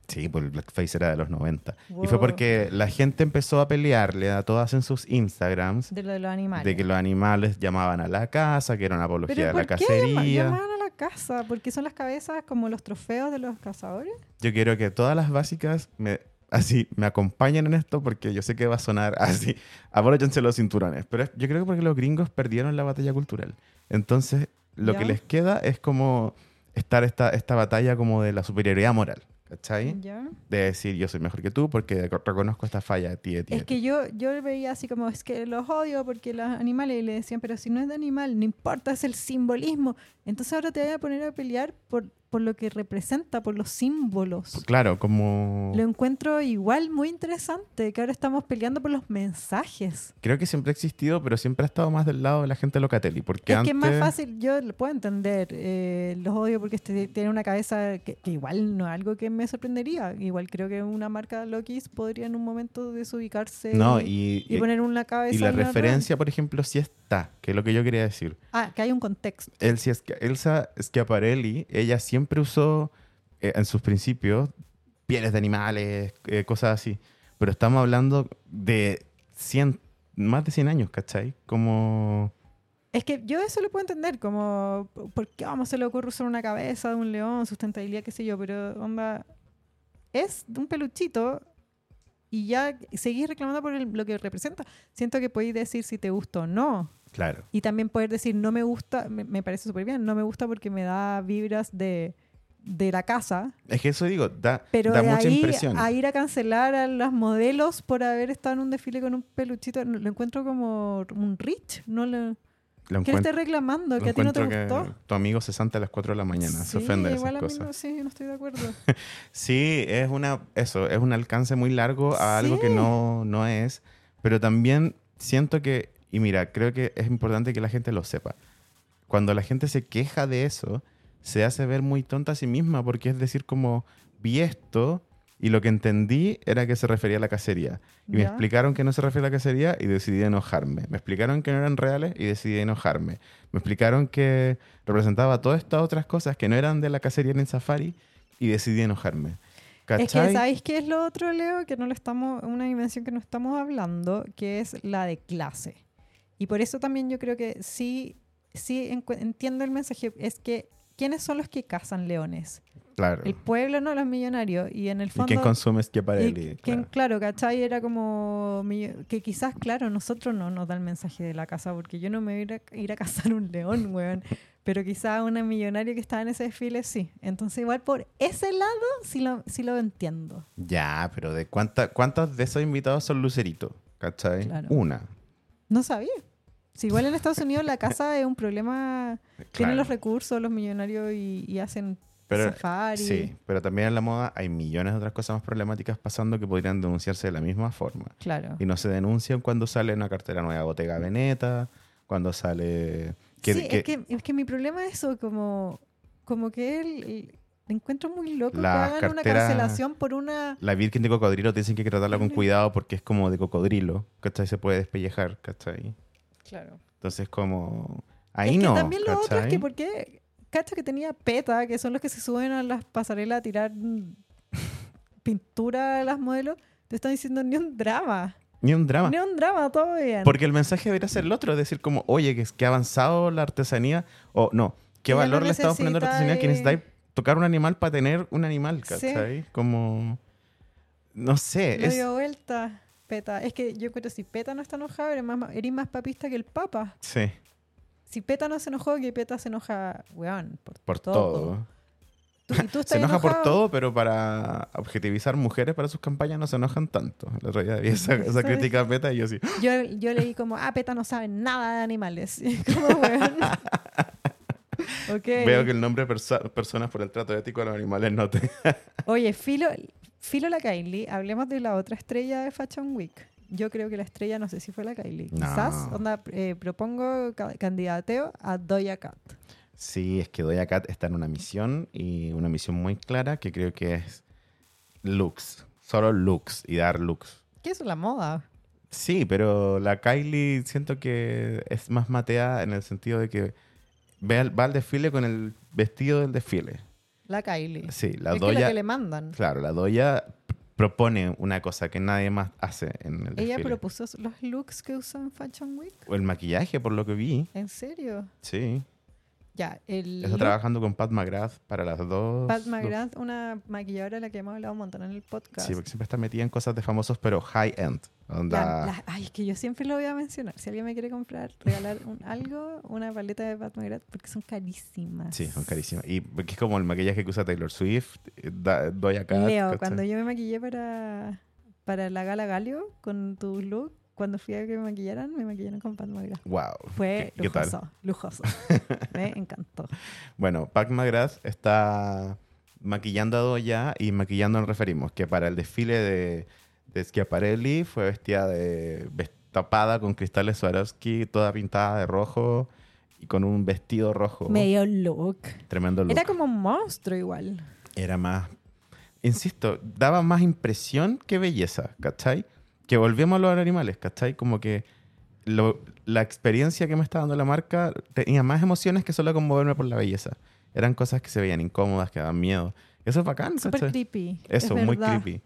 S3: Sí, pues el blackface era de los 90. Y
S2: Wow.
S3: fue porque la gente empezó a pelearle a todas en sus Instagrams
S2: De lo de los animales.
S3: de que los animales llamaban a la casa, que era una apología
S2: pero
S3: de la
S2: ¿por qué llama-
S3: cacería.
S2: llamaban a la casa? Porque son las cabezas como los trofeos de los cazadores.
S3: Yo quiero que todas las básicas me, así, me acompañen en esto porque yo sé que va a sonar así. Abróchense los cinturones. Pero es- yo creo que porque los gringos perdieron la batalla cultural. Entonces, lo
S2: Ya.
S3: que les queda es como estar esta, esta batalla como de la superioridad moral, ¿cachai?
S2: ¿Ya?
S3: De decir yo soy mejor que tú porque reco- reconozco esta falla de ti, de ti,
S2: Es
S3: de
S2: que
S3: ti.
S2: yo, yo veía así como, es que los odio porque los animales, y le decían, pero si no es de animal, no importa, es el simbolismo. Entonces ahora te voy a poner a pelear por, por lo que representa, por los símbolos.
S3: Claro, como...
S2: Lo encuentro igual muy interesante, que ahora estamos peleando por los mensajes.
S3: Creo que siempre ha existido, pero siempre ha estado más del lado de la gente locatelli. Porque
S2: es
S3: antes...
S2: que es más fácil, yo lo puedo entender, eh, los odio porque este tiene una cabeza que, que igual no es algo que me sorprendería. Igual creo que una marca Loki's podría en un momento desubicarse
S3: No, y,
S2: y
S3: y-
S2: poner una cabeza.
S3: y la
S2: en una
S3: referencia, por ejemplo, sí está, que es lo que yo quería decir.
S2: red. Ah, que hay un contexto.
S3: Elsie Sca- Elsa Schiaparelli, ella siempre usó eh, en sus principios pieles de animales, eh, cosas así. Pero estamos hablando de 100, más de 100 años, ¿cachai? Como...
S2: Es que yo eso lo puedo entender, como, ¿por qué vamos se le ocurre usar una cabeza de un león, sustentabilidad, qué sé yo? Pero, onda, es de un peluchito y ya seguís reclamando por el- lo que representa. Siento que podéis decir si te gusta o no.
S3: Claro.
S2: Y también poder decir, no me gusta, me, me parece súper bien, no me gusta porque me da vibras de, de la casa.
S3: Es que eso digo, da,
S2: Pero
S3: da
S2: de
S3: mucha
S2: ahí
S3: impresión.
S2: a ir a cancelar a los modelos por haber estado en un desfile con un peluchito, no- lo encuentro como un rich. No lo,
S3: Lo
S2: ¿Qué le
S3: encuent-
S2: estás reclamando?
S3: lo
S2: ¿Que a ti no te
S3: encuentro que
S2: gustó?
S3: Tu amigo se santa a las 4 de la mañana, se
S2: Sí,
S3: ofende de esas
S2: igual a mí
S3: cosas.
S2: no- sí, yo no estoy de acuerdo.
S3: Sí, es una, eso, es un alcance muy largo a algo que
S2: Sí.
S3: no, no es, pero también siento que, y mira, creo que es importante que la gente lo sepa. Cuando la gente se queja de eso, se hace ver muy tonta a sí misma, porque es decir, como vi esto y lo que entendí era que se refería a la cacería. Y me
S2: Ya.
S3: explicaron que no se refería a la cacería y decidí enojarme. Me explicaron que no eran reales y decidí enojarme. Me explicaron que representaba todas estas otras cosas que no eran de la cacería ni el safari y decidí enojarme.
S2: es que,
S3: ¿Cachai?
S2: ¿sabéis qué es lo otro, Leo? Que no lo estamos, una dimensión que no estamos hablando, que es la de clase. Y por eso también yo creo que sí, sí encu- entiendo el mensaje, es que ¿quiénes son los que cazan leones?
S3: Claro.
S2: El pueblo, no los millonarios. Y en el
S3: ¿Y
S2: fondo...
S3: quién consume
S2: Y
S3: Schiaparelli?
S2: que-
S3: Claro.
S2: claro. ¿cachai? Era como millo- que quizás, claro, nosotros no nos da el mensaje de la casa, porque yo no me voy a ir a, ir a cazar un león, weón. Pero quizás una millonaria que estaba en ese desfile, sí. Entonces, igual por ese lado, sí lo, sí lo entiendo.
S3: Ya, pero ¿de cuánta, cuántos de esos invitados son lucerito? ¿Cachai?
S2: Claro.
S3: Una.
S2: No sabía. Si igual en Estados Unidos la casa es un problema, tienen
S3: Claro.
S2: los recursos, los millonarios y, y hacen
S3: Pero-
S2: safari.
S3: Sí, pero también en la moda hay millones de otras cosas más problemáticas pasando que podrían denunciarse de la misma forma.
S2: Claro.
S3: Y no se denuncian cuando sale una cartera nueva Bottega Veneta, cuando sale... que-
S2: sí,
S3: que-
S2: es, que, es que mi problema es eso, como, como que él, él- encuentro muy loco que
S3: Las
S2: hagan una
S3: carteras-
S2: cancelación por una...
S3: La Virgen de Cocodrilo te dicen que hay que tratarla con cuidado porque es como de cocodrilo, ¿cachai? Se puede despellejar, ¿cachai?
S2: Claro.
S3: Entonces como... Ahí
S2: es
S3: no,
S2: que también lo otro es
S3: ¿cachai?
S2: que porque, cacho que tenía PETA, que son los que se suben a las pasarelas a tirar mm, pintura a las modelos, te están diciendo ni un drama,
S3: Ni un drama.
S2: ni un drama, todo bien.
S3: Porque el mensaje debería ser el otro, es decir, como, oye, que, que ha avanzado la artesanía, o no, qué
S2: Que ya
S3: valor
S2: no
S3: le estamos poniendo a la
S2: necesita,
S3: artesanía que
S2: eh,
S3: necesitáis tocar un animal para tener un animal,
S2: Sí.
S3: ¿cachai? Como, no sé,
S2: Lo
S3: es-
S2: dio vuelta, PETA. Es que yo creo que si PETA no está enojado, eres más, eres más papista que el Papa.
S3: sí,
S2: Si PETA no se enojó, que PETA se enoja, weón, por,
S3: por todo.
S2: todo. Tú- y tú
S3: Se
S2: estás
S3: enoja por
S2: enojado.
S3: todo, pero para objetivizar mujeres para sus campañas no se enojan tanto. El otro día vi esa, esa
S2: ¿Sabes?
S3: crítica beta y yo sí,
S2: Yo, yo leí como, ah, PETA no sabe nada de animales. Y como, weón. ok.
S3: veo que el nombre perso- personas por el trato ético a los animales no te...
S2: Oye, Filo, Filo la Kylie, hablemos de la otra estrella de Fashion Week. Yo creo que la estrella, no sé si fue la Kylie.
S3: No.
S2: Quizás, onda, eh, propongo ca- candidateo a Doja Cat.
S3: Sí, es que Doja Cat está en una misión y una misión muy clara que creo que es looks, solo looks y dar looks.
S2: ¿Qué es la moda?
S3: Sí, pero la Kylie siento que es más mateada en el sentido de que ve al- va al desfile con el vestido del desfile.
S2: La Kylie.
S3: Sí, la
S2: es que
S3: Doja,
S2: la que le mandan.
S3: claro, la Doja propone una cosa que nadie más hace en el
S2: Ella
S3: desfile.
S2: propuso los looks que usó en Fashion Week.
S3: O el maquillaje, por lo que vi.
S2: ¿En serio?
S3: Sí.
S2: Ya, el
S3: Está
S2: look-
S3: trabajando con Pat McGrath para las dos.
S2: Pat McGrath, una maquilladora de la que hemos hablado un montón en el podcast.
S3: Sí, porque siempre está metida en cosas de famosos, pero high-end.
S2: La-
S3: Onda.
S2: la- ay, es que yo siempre lo voy a mencionar. Si alguien me quiere comprar, regalar un, algo, una paleta de Pat McGrath, porque son carísimas.
S3: Sí, son carísimas. Y porque es como el maquillaje que usa Taylor Swift, eh, da- doy acá.
S2: Leo,
S3: ¿cachai?
S2: cuando yo me maquillé para, para la gala Galio con tu look, cuando fui a que me maquillaran, me maquillaron con Pat McGrath.
S3: Wow.
S2: Fue
S3: ¿Qué- qué tal?
S2: lujoso, lujoso. Me encantó.
S3: Bueno, Pat McGrath está maquillando a Doya y maquillando nos referimos, que para el desfile de, de Schiaparelli fue vestida de ves- tapada con cristales Swarovski, toda pintada de rojo y con un vestido rojo.
S2: Medio look.
S3: Tremendo Oh. look.
S2: Era como un monstruo igual.
S3: Era más. Insisto, daba más impresión que belleza, ¿cachai? Que volvemos a los animales, ¿cachai? Como que lo- la experiencia que me estaba dando la marca tenía más emociones que solo conmoverme por la belleza. Eran cosas que se veían incómodas, que daban miedo. Eso es bacán,
S2: Súper
S3: ¿cachai?
S2: creepy.
S3: Eso,
S2: es
S3: muy
S2: verdad.
S3: creepy.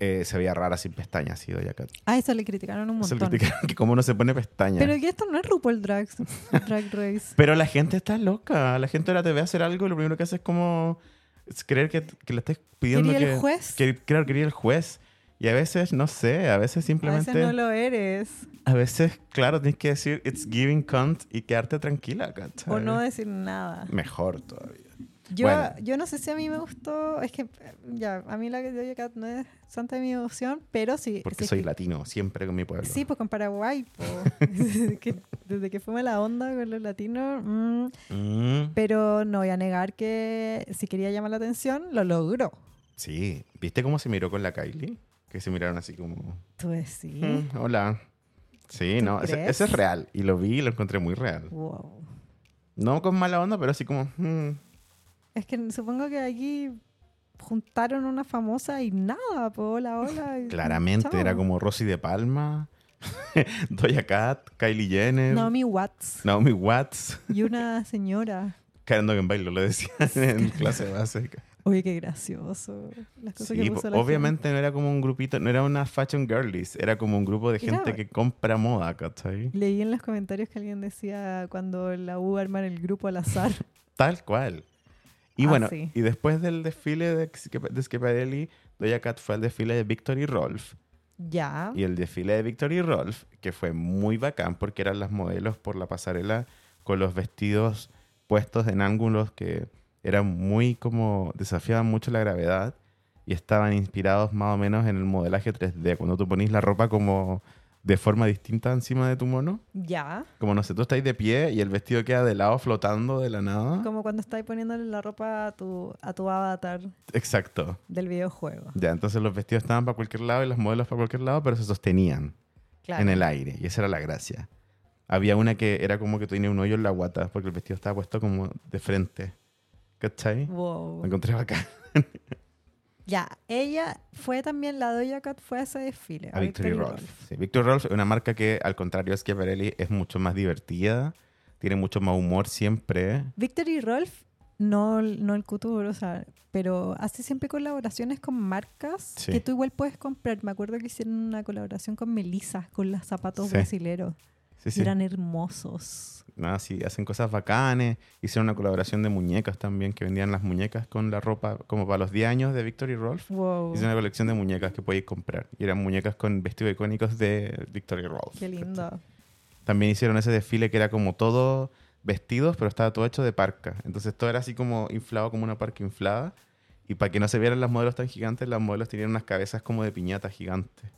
S3: Eh, se veía rara sin pestañas, sí, doña Cat.
S2: A eso le criticaron un
S3: Se
S2: montón.
S3: criticaron que cómo no se pone pestañas.
S2: Pero que esto no es RuPaul Drag, Drag Race.
S3: Pero la gente está loca. La gente ahora te ve hacer algo y lo primero que hace es como es creer que, que le estés pidiendo
S2: Quería
S3: que...
S2: el juez.
S3: Que, claro, quería el juez. Y a veces, no sé, a veces
S2: A
S3: simplemente...
S2: veces no lo eres.
S3: claro, tienes que decir it's giving cunt y quedarte tranquila, ¿cachai?
S2: O no decir nada.
S3: Mejor todavía.
S2: Yo,
S3: Bueno.
S2: yo no sé si a mí me gustó. Es que, eh, ya, a mí la que Doja Cat no es santa de mi devoción, pero sí.
S3: Porque
S2: sí,
S3: soy latino, siempre con mi pueblo.
S2: Sí, pues con Paraguay. po. desde, que, desde que fuimos la onda con los latinos. mm,
S3: Mm,
S2: pero no voy a negar que si quería llamar la atención, lo logró.
S3: sí. ¿Viste cómo se miró con la Kylie? Que se miraron así como...
S2: Tú decís.
S3: "Mm, hola. Sí,
S2: ¿Tú
S3: no, ese,
S2: crees?
S3: ese es real. Y lo vi y lo encontré muy real.
S2: Wow.
S3: No con mala onda, pero así como... "Mm,
S2: Es que supongo que aquí juntaron una famosa y nada, po, hola, hola. y
S3: Claramente,
S2: chao.
S3: era como Rosy de Palma, Doja Cat, Kylie Jenner,
S2: Naomi Watts
S3: Naomi watts
S2: y una señora.
S3: Karen Bailo lo decía en clase básica.
S2: Oye, qué gracioso. Las cosas
S3: Sí,
S2: que
S3: po-
S2: puso la
S3: obviamente no era como un grupito, no era una fashion girlies, era como un grupo de
S2: Era-
S3: gente que compra moda, ¿cachai?
S2: gente. Leí en los comentarios que alguien decía cuando la U arman el grupo al azar.
S3: Tal cual. Y
S2: Ah,
S3: bueno,
S2: sí.
S3: y después del desfile de, Schiap- de Schiaparelli, Doja Cat fue al desfile de Victory Rolf.
S2: ya.
S3: Y el desfile de Victory Rolf, que fue muy bacán porque eran las modelos por la pasarela con los vestidos puestos en ángulos que eran muy como desafiaban mucho la gravedad y estaban inspirados más o menos en el modelaje 3D, cuando tú ponís la ropa como de forma distinta encima de tu mono,
S2: Ya.
S3: como no sé, tú estáis de pie y el vestido queda de lado flotando de la nada.
S2: Ah. Como cuando estáis poniéndole la ropa a tu, a tu avatar
S3: Exacto.
S2: del videojuego.
S3: Ya, entonces los vestidos estaban para cualquier lado y los modelos para cualquier lado, pero se sostenían.
S2: Claro.
S3: en el aire. Y esa era la gracia. Había una que era como que tenía un hoyo en la guata porque el vestido estaba puesto como de frente. ¿Cachai? Lo
S2: Wow.
S3: encontré acá.
S2: Ya. Ella fue también, la Doja Cat fue a ese desfile.
S3: A Victory Rolf.
S2: Rolf.
S3: Sí, Victory Rolf es una marca que, al contrario, es que Pirelli es mucho más divertida. Tiene mucho más humor siempre.
S2: Victory Rolf, no, no el Couture, o sea, pero hace siempre colaboraciones con marcas
S3: Sí.
S2: que tú igual puedes comprar. Me acuerdo que hicieron una colaboración con Melissa, con los zapatos
S3: Sí.
S2: brasileros.
S3: Sí,
S2: Y
S3: sí.
S2: eran hermosos.
S3: Nada, sí, hacen cosas bacanes. Hicieron una colaboración de muñecas también, que vendían las muñecas con la ropa como para los 10 años de Victory Rolf.
S2: Wow.
S3: Hicieron una colección de muñecas que podéis comprar. Y eran muñecas con vestidos icónicos de Victory Rolf.
S2: Qué lindo.
S3: también hicieron ese desfile que era como todo vestidos, pero estaba todo hecho de parca. Entonces todo era así como inflado, como una parca inflada. Y para que no se vieran las modelos tan gigantes, las modelos tenían unas cabezas como de piñata gigantes.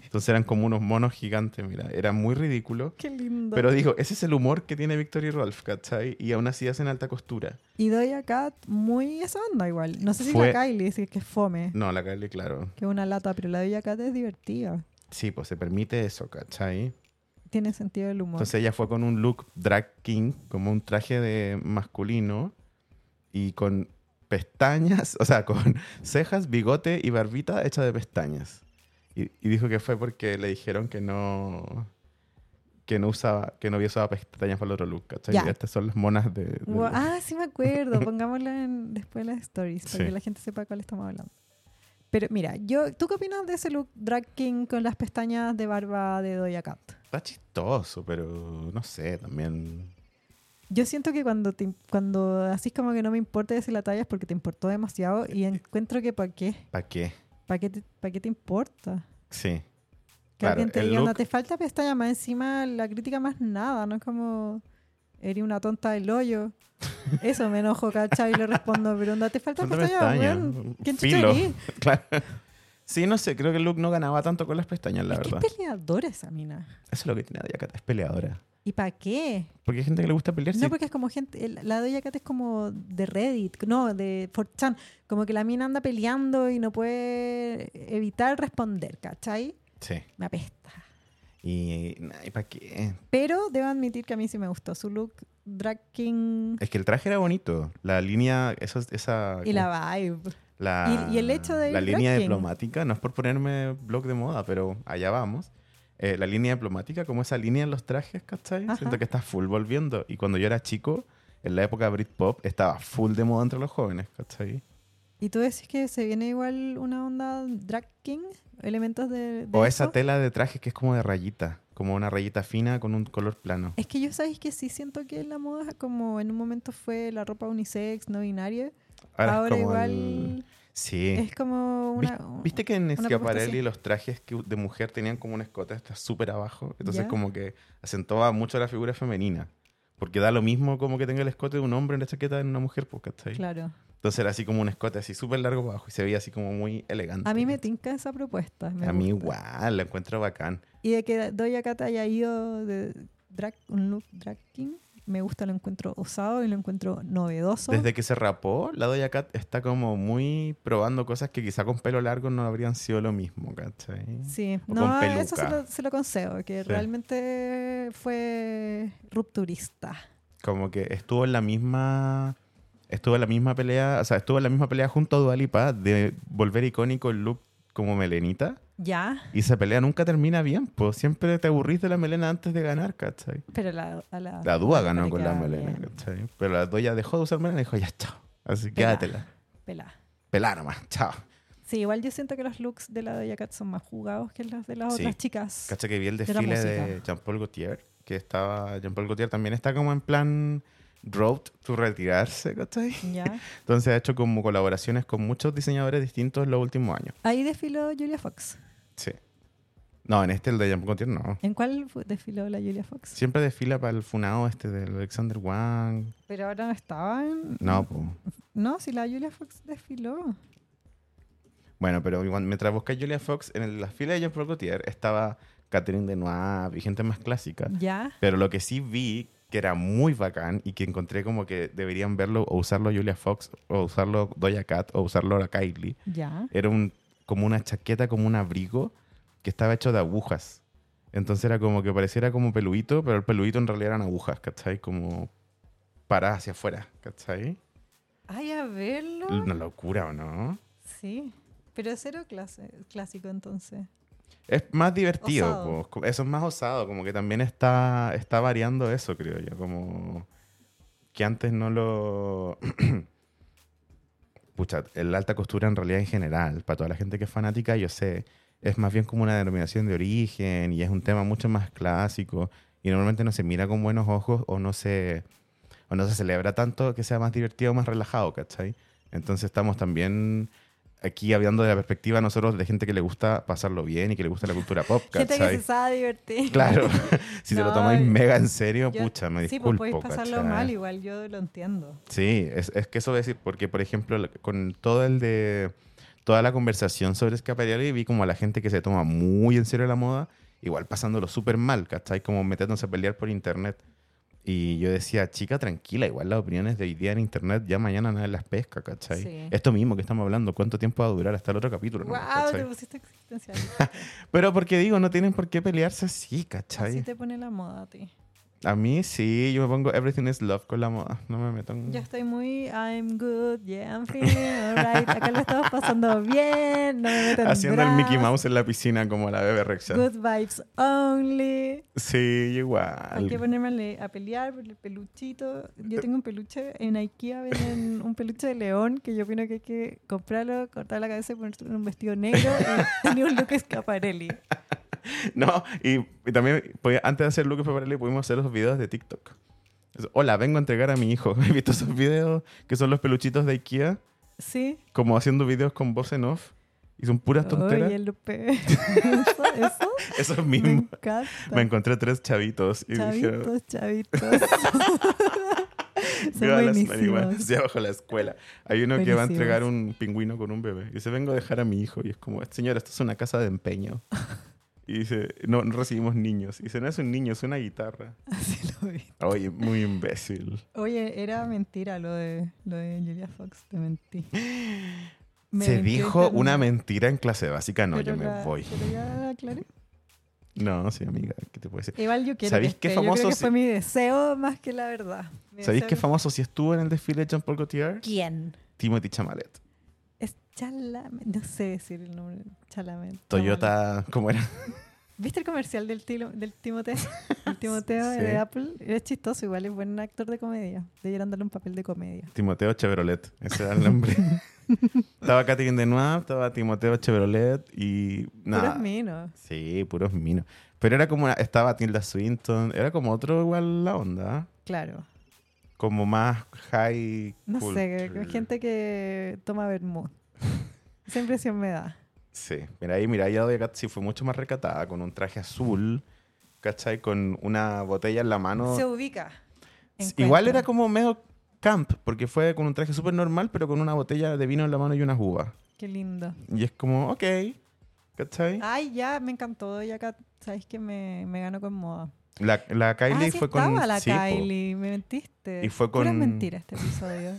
S3: Entonces eran como unos monos gigantes, mira. Era muy ridículo.
S2: Qué lindo.
S3: Pero digo, ese es el humor que tiene Victory Rolf, ¿cachai? Y aún así hacen alta costura.
S2: y Doja Cat, muy esa onda igual. No sé si
S3: Fue-
S2: la Kylie, si es que es fome,
S3: No, la Kylie, claro.
S2: que es una lata, pero la Doja Cat es divertida.
S3: Sí, pues se permite eso, ¿cachai?
S2: Tiene sentido del humor.
S3: Entonces ella fue con un look drag king, como un traje de masculino y con pestañas, o sea, con cejas, bigote y barbita hecha de pestañas. Y, y dijo que fue porque le dijeron que no que no usaba, que no había usado pestañas para el otro look, ¿cachai?
S2: Ya.
S3: Y Estas son las monas de, de-
S2: Gua- Ah, sí me acuerdo. Pongámosla en, después en las stories para
S3: Sí.
S2: que la gente sepa cuál estamos hablando. Pero mira, yo, ¿tú qué opinas de ese look drag king con las pestañas de barba de Doja Cat?
S3: Está chistoso, pero no sé, también
S2: Yo siento que cuando, te im- cuando así como que no me importa decir la talla es porque te importó demasiado
S3: Eh,
S2: y encuentro que ¿para qué?
S3: ¿Para qué?
S2: ¿Para qué, te- pa' qué te importa?
S3: Sí.
S2: Que
S3: Claro,
S2: alguien te
S3: el
S2: diga, no
S3: look-
S2: te falta pestaña, más encima la crítica más nada, no es como, eres una tonta del hoyo. Eso me enojo, ¿cachai? Y le respondo, pero no te falta
S3: Falta
S2: pestaña,
S3: pestaña.
S2: weón. ¿Quién chucha
S3: Filo.
S2: eres?
S3: Claro. Sí, no sé, creo que Luke no ganaba tanto con las pestañas, la
S2: Es que
S3: verdad.
S2: es peleadora esa mina.
S3: Eso es lo que tiene Doja Cat, es peleadora.
S2: ¿Y para qué?
S3: Porque hay gente que le gusta pelear. sí.
S2: No, porque es como gente. el- La Doja Cat es como de Reddit, no, de 4chan. Como que la mina anda peleando y no puede evitar responder, ¿cachai?
S3: Sí.
S2: Me apesta.
S3: Y, para qué.
S2: Pero debo admitir que a mí sí me gustó su look drag king
S3: Es que el traje era bonito. La línea, esa. esa
S2: y la vibe.
S3: la-
S2: y- y el hecho de
S3: La
S2: ir
S3: línea
S2: drag king.
S3: diplomática, no es por ponerme blog de moda, pero allá vamos. Eh, la línea diplomática, como esa línea en los trajes, ¿cachai?
S2: Ajá.
S3: Siento que está full volviendo. Y cuando yo era chico, en la época Britpop, estaba full de moda entre los jóvenes, ¿cachai?
S2: ¿Y tú decís que se viene igual una onda drag king? ¿Elementos de, de
S3: O
S2: eso?
S3: esa tela de traje que es como de rayita, como una rayita fina con un color plano.
S2: Es que yo sabéis que sí siento que la moda como en un momento fue la ropa unisex, no binaria. Ahora,
S3: Ahora, es como
S2: igual
S3: el- Sí.
S2: es como una...
S3: Vis- ¿Viste que en
S2: propuesta así?
S3: Schiaparelli los trajes que- de mujer tenían como una escota hasta súper abajo? Entonces
S2: Ya.
S3: como que acentuaba mucho la figura femenina. Porque da lo mismo como que tenga el escote de un hombre en la chaqueta de una mujer, pues, ¿cachai?
S2: Claro.
S3: Entonces era así como un escote así súper largo para abajo y se veía así como muy elegante.
S2: A mí me tinca esa propuesta. me
S3: A mí
S2: gusta.
S3: igual, la encuentro bacán.
S2: Y de que Doja Cat haya ido de drag, un look drag king, me gusta, lo encuentro osado y lo encuentro novedoso.
S3: Desde que se rapó, la Doja Cat está como muy probando cosas que quizá con pelo largo no habrían sido lo mismo, ¿cachai?
S2: Sí,
S3: o
S2: no,
S3: con
S2: a eso se
S3: peluca.
S2: lo, se lo concedo, que
S3: Sí.
S2: realmente fue rupturista.
S3: como que estuvo en la misma estuvo en la misma pelea, o sea, estuvo en la misma pelea junto a Dualipa de volver icónico el look como melenita
S2: Ya,
S3: y esa pelea nunca termina bien, pues siempre te aburrís de la melena antes de ganar, ¿cachai?
S2: pero la, a la,
S3: La Dúa ganó con la
S2: queda
S3: melena,
S2: bien,
S3: ¿cachai? Pero la Doya dejó de usar melena y dijo, ya, chao. Así,
S2: Pelá.
S3: quédatela.
S2: pelá.
S3: Pelá nomás, chao.
S2: Sí, igual yo siento que los looks de la Doja Cat son más jugados que los de las
S3: Sí.
S2: otras chicas.
S3: ¿Cachai que vi el
S2: De la
S3: desfile de
S2: música.
S3: Jean-Paul Gaultier? Que estaba, Jean-Paul Gaultier también está como en plan road to retirarse, ¿cachai?
S2: Ya.
S3: Entonces ha hecho como colaboraciones con muchos diseñadores distintos en los últimos años.
S2: Ahí desfiló Julia Fox.
S3: Sí. No, en este el de Jean-Paul Gaultier no.
S2: ¿En cuál fu- desfiló la Julia Fox?
S3: Siempre desfila para el funado este del Alexander Wang.
S2: Pero ahora no estaba en...
S3: No, pues.
S2: No, si la Julia Fox desfiló.
S3: Bueno, pero igual, mientras busqué a Julia Fox, en el- la fila de Jean-Paul Gaultier estaba Catherine Deneuve y gente más clásica.
S2: Ya.
S3: Pero lo que sí vi que era muy bacán y que encontré como que deberían verlo o usarlo Julia Fox o usarlo Doja Cat o usarlo la Kylie.
S2: Ya.
S3: Era un, como una chaqueta, como un abrigo que estaba hecho de agujas. Entonces era como que pareciera como peluito, pero el peluito en realidad eran agujas, ¿cachai? Como paradas hacia afuera, ¿cachai?
S2: Ay, a verlo.
S3: Una locura, ¿o no?
S2: Sí. Pero cero clase, clásico entonces.
S3: Es más divertido,
S2: Osado.
S3: po. eso es más osado, como que también está, está variando eso, creo yo, como que antes no lo... Pucha, el alta costura en realidad en general, para toda la gente que es fanática, yo sé, es más bien como una denominación de origen y es un tema mucho más clásico y normalmente no se mira con buenos ojos o no se, o no se celebra tanto que sea más divertido, más relajado, ¿cachai? Entonces estamos también aquí hablando de la perspectiva nosotros de gente que le gusta pasarlo bien y que le gusta la cultura pop,
S2: Gente que
S3: ¿cachai?
S2: se sabe divertir.
S3: Claro, si te
S2: No,
S3: lo tomáis mega en
S2: Yo-
S3: serio, pucha, me
S2: Sí,
S3: disculpo,
S2: pues podéis pasarlo
S3: ¿cachai?
S2: mal, igual yo lo entiendo.
S3: Sí, es, es que eso voy a decir, porque por ejemplo, la- con todo el de toda la conversación sobre Schiaparelli, vi como a la gente que se toma muy en serio la moda, igual pasándolo súper mal, ¿cachai? Como metiéndose a pelear por internet. Y yo decía, chica, tranquila, igual las opiniones de hoy día en internet, ya mañana nadie las pesca, ¿cachai?
S2: Sí.
S3: Esto mismo que estamos hablando, ¿cuánto tiempo va a durar hasta el otro capítulo? nomás,
S2: wow,
S3: ¿cachai?
S2: te pusiste existencial.
S3: Pero porque digo, no tienen por qué pelearse así,
S2: Así
S3: ¿cachai?
S2: te pone la moda a ti.
S3: A mí sí, yo me pongo everything is love con la moda, no me meto en...
S2: Yo estoy muy I'm good, yeah, I'm feeling alright. Acá lo estamos pasando bien. No me meto en
S3: Haciendo el Mickey
S2: dramas,
S3: Mouse en la piscina como la bebé Rexha.
S2: Good vibes only.
S3: Sí, yo
S2: Hay que
S3: igual.
S2: ponerme a le- a pelear por el peluchito.
S3: Eh.
S2: Yo tengo un peluche en IKEA, venden un peluche de león que yo opino que hay que comprarlo, cortar la cabeza y ponerte un vestido negro y tener un look escaparelli.
S3: No, y, y también podía- antes de hacer Lucas Paparelli pudimos hacer los videos de TikTok. Es, Hola, vengo a entregar a mi hijo. He visto esos videos que son los peluchitos de IKEA,
S2: Sí.
S3: como haciendo videos con voz en off. Y son puras tonteras.
S2: Oye, Lupe. eso, eso.
S3: Eso
S2: Me
S3: mismo.
S2: encanta.
S3: Me encontré tres chavitos y dije, "Oh".
S2: chavitos, chavitos. Son
S3: "Viva las
S2: buenísimos.
S3: marihuanas de abajo de la escuela. Hay uno que va a
S2: Buenísimos.
S3: entregar un pingüino con un bebé. Y dice, vengo a dejar a mi hijo. Y es como, señora, esto es una casa de empeño. Y dice, no, no recibimos niños. Y dice, no es un niño, es una guitarra.
S2: Así lo vi.
S3: Oye, muy imbécil.
S2: Oye, era mentira lo de, lo de Julia Fox, te mentí. Me
S3: Se
S2: mentí
S3: dijo
S2: eternamente.
S3: una mentira en clase básica. No,
S2: Pero
S3: yo me
S2: la-
S3: voy.
S2: pero ya la aclaré.
S3: No, sí, amiga, ¿qué te puedo decir?
S2: Igual yo quiero
S3: ¿Sabéis
S2: que
S3: qué
S2: esté. Yo creo
S3: famoso
S2: que
S3: si-
S2: fue mi deseo más que la verdad. Mi
S3: ¿Sabéis
S2: deseo
S3: qué
S2: que-
S3: famoso si estuvo en el desfile de Jean-Paul Gaultier?
S2: ¿Quién?
S3: Timothy Chamalet.
S2: Es Chalamet. No sé decir el nombre. Chalamet. Chalamet.
S3: Toyota, ¿cómo era?
S2: ¿Viste el comercial del, tilo- del Timoteo? El Timoteo
S3: Sí.
S2: de Apple. Era chistoso, igual es buen actor de comedia. Debieron darle un papel de comedia.
S3: Timoteo Chevrolet, ese era el nombre. estaba Catherine Deneuve, estaba Timoteo Chevrolet y
S2: Puros
S3: nada.
S2: minos.
S3: Sí, puros minos. Pero era como, una- estaba Tilda Swinton, era como otro igual la onda, ¿eh?
S2: Claro.
S3: como más high.
S2: No sé,
S3: culture.
S2: gente que toma vermut. Esa impresión me da.
S3: Sí, mira ahí, mira ahí, Doja Cat sí fue mucho más recatada, con un traje azul, ¿cachai? Con una botella en la mano.
S2: Se ubica.
S3: Igual
S2: Encuentra.
S3: era como medio camp, porque fue con un traje súper normal, pero con una botella de vino en la mano y unas uvas.
S2: Qué lindo.
S3: Y es como, ok, ¿cachai?
S2: Ay, ya, me encantó. Y acá, sabes que me, me ganó con moda.
S3: La, la Kylie
S2: ah, sí
S3: fue
S2: estaba
S3: con.
S2: la
S3: sí, po.
S2: Kylie, me mentiste.
S3: Y fue
S2: Puras
S3: con-
S2: mentira este episodio.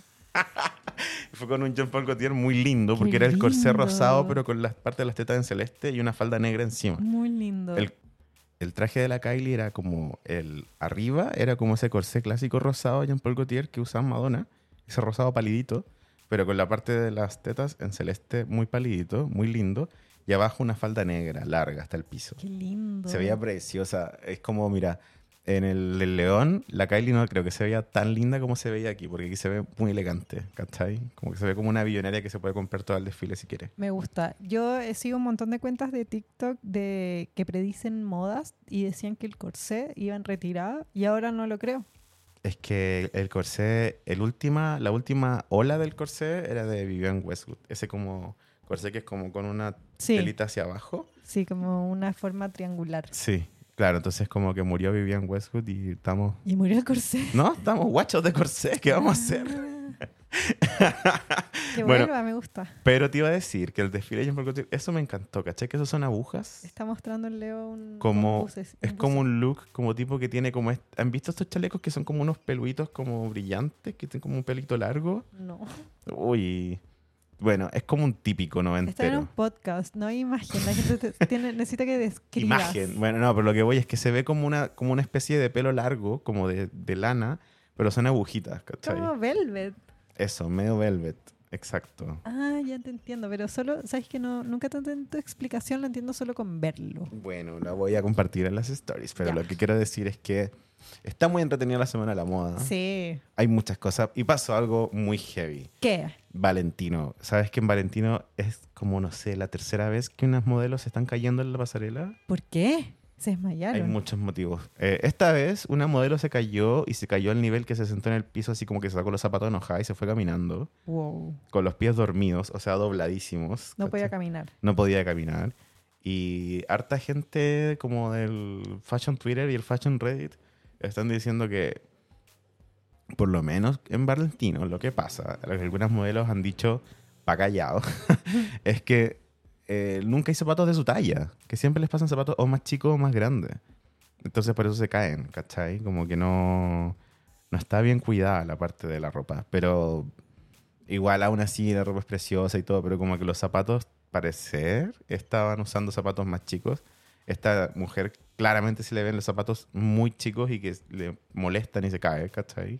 S3: Fue con un Jean Paul Gaultier muy lindo,
S2: Qué
S3: porque era el corsé
S2: lindo.
S3: rosado, pero con las partes de las tetas en celeste y una falda negra encima.
S2: Muy lindo.
S3: El, el traje de la Kylie era como el arriba, era como ese corsé clásico rosado de Jean Paul Gaultier que usaba Madonna, ese rosado palidito, pero con la parte de las tetas en celeste muy palidito, muy lindo, y abajo una falda negra larga hasta el piso.
S2: Qué lindo.
S3: Se veía preciosa. Es como, mira, en el, del León, la Kylie no creo que se veía tan linda como se veía aquí, porque aquí se ve muy elegante, ¿cachai? Como que se ve como una billonaria que se puede comprar todo el desfile si quiere.
S2: Me gusta. Yo he sido un montón de cuentas de TikTok de que predicen modas y decían que el corsé iba en retirada y ahora no lo creo.
S3: Es que el corsé, el última, la última ola del corsé era de Vivian Westwood. Ese como corsé que es como con una
S2: Sí,
S3: telita hacia abajo.
S2: sí, como una forma triangular.
S3: Sí, claro, entonces como que murió Vivian Westwood y estamos...
S2: Y murió el corsé.
S3: No, estamos guachos de corsé, ¿qué vamos a hacer?
S2: Que
S3: Bueno.
S2: vuelva, me gusta.
S3: Pero te iba a decir que el desfile de Jean Paul Gaultier, eso me encantó, ¿cachai? Que eso son agujas.
S2: Está mostrando el Leo un.
S3: Como-
S2: un buces-
S3: Es
S2: un
S3: como
S2: buzo.
S3: un look, como tipo que tiene como... est- ¿Han visto estos chalecos que son como unos peluitos como brillantes, que tienen como un pelito largo?
S2: No.
S3: Uy, bueno, es como un típico
S2: Está en un
S3: noventero.
S2: podcast, no hay imagen. La gente te- tiene- necesita que describas.
S3: Imagen. Bueno, no, pero lo que voy es que se ve como una, como una especie de pelo largo, como de, de lana, pero son agujitas, ¿cachai?
S2: Como Velvet.
S3: Eso, medio velvet, exacto.
S2: Ah, ya te entiendo, pero solo, sabes que no, nunca te entiendo explicación, lo entiendo solo con verlo.
S3: Bueno, lo voy a compartir en las stories, pero
S2: Ya.
S3: lo que quiero decir es que está muy entretenida la Semana de la Moda.
S2: Sí.
S3: Hay muchas cosas y pasó algo muy heavy.
S2: ¿Qué?
S3: Valentino. ¿Sabes que en Valentino es como, no sé, la tercera vez que unas modelos están cayendo en la pasarela?
S2: ¿Por qué? Se
S3: Hay
S2: desmayaron.
S3: muchos motivos. Eh, esta vez una modelo se cayó y se cayó al nivel que se sentó en el piso, así como que se sacó los zapatos enojada y se fue caminando,
S2: Wow.
S3: con los pies dormidos, o sea, dobladísimos.
S2: No podía
S3: ¿cachai?
S2: caminar.
S3: No podía caminar. Y harta gente como del Fashion Twitter y el Fashion Reddit están diciendo que, por lo menos en Valentino, lo que pasa, algunas modelos han dicho, pa' callado, es que eh, nunca hay zapatos de su talla, que siempre les pasan zapatos o más chicos o más grandes. Entonces por eso se caen, ¿cachai? Como que no, no está bien cuidada la parte de la ropa, pero igual aún así la ropa es preciosa y todo, pero como que los zapatos, parecer, estaban usando zapatos más chicos. Esta mujer claramente se le ven los zapatos muy chicos y que le molestan y se cae, ¿cachai?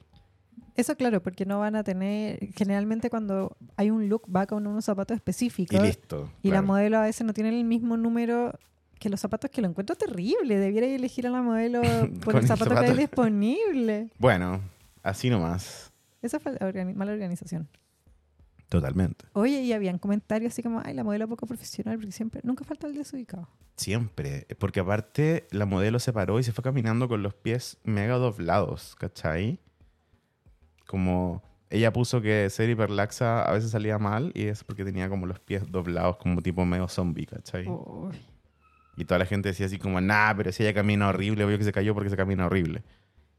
S2: Eso claro, porque no van a tener, generalmente cuando hay un look va con unos zapatos
S3: Y
S2: específicos y,
S3: listo.
S2: la
S3: claro.
S2: modelo a veces no tiene el mismo número que los zapatos que lo encuentro terrible. Debiera elegir a la modelo por
S3: Con
S2: el
S3: el
S2: zapato que
S3: zapato.
S2: hay disponible.
S3: Bueno, así nomás.
S2: Esa fue organi- mala organización.
S3: Totalmente.
S2: Oye, y habían comentarios así como, ay, la modelo poco profesional, porque siempre, nunca falta el desubicado.
S3: Siempre. Porque aparte, la modelo se paró y se fue caminando con los pies mega doblados, ¿cachai? Como ella puso que ser hiperlaxa a veces salía mal y es porque tenía como los pies doblados, como tipo medio zombie, ¿cachai?
S2: Uy.
S3: Y toda la gente decía así como, nah, pero si ella camina horrible, obvio que se cayó porque se camina horrible.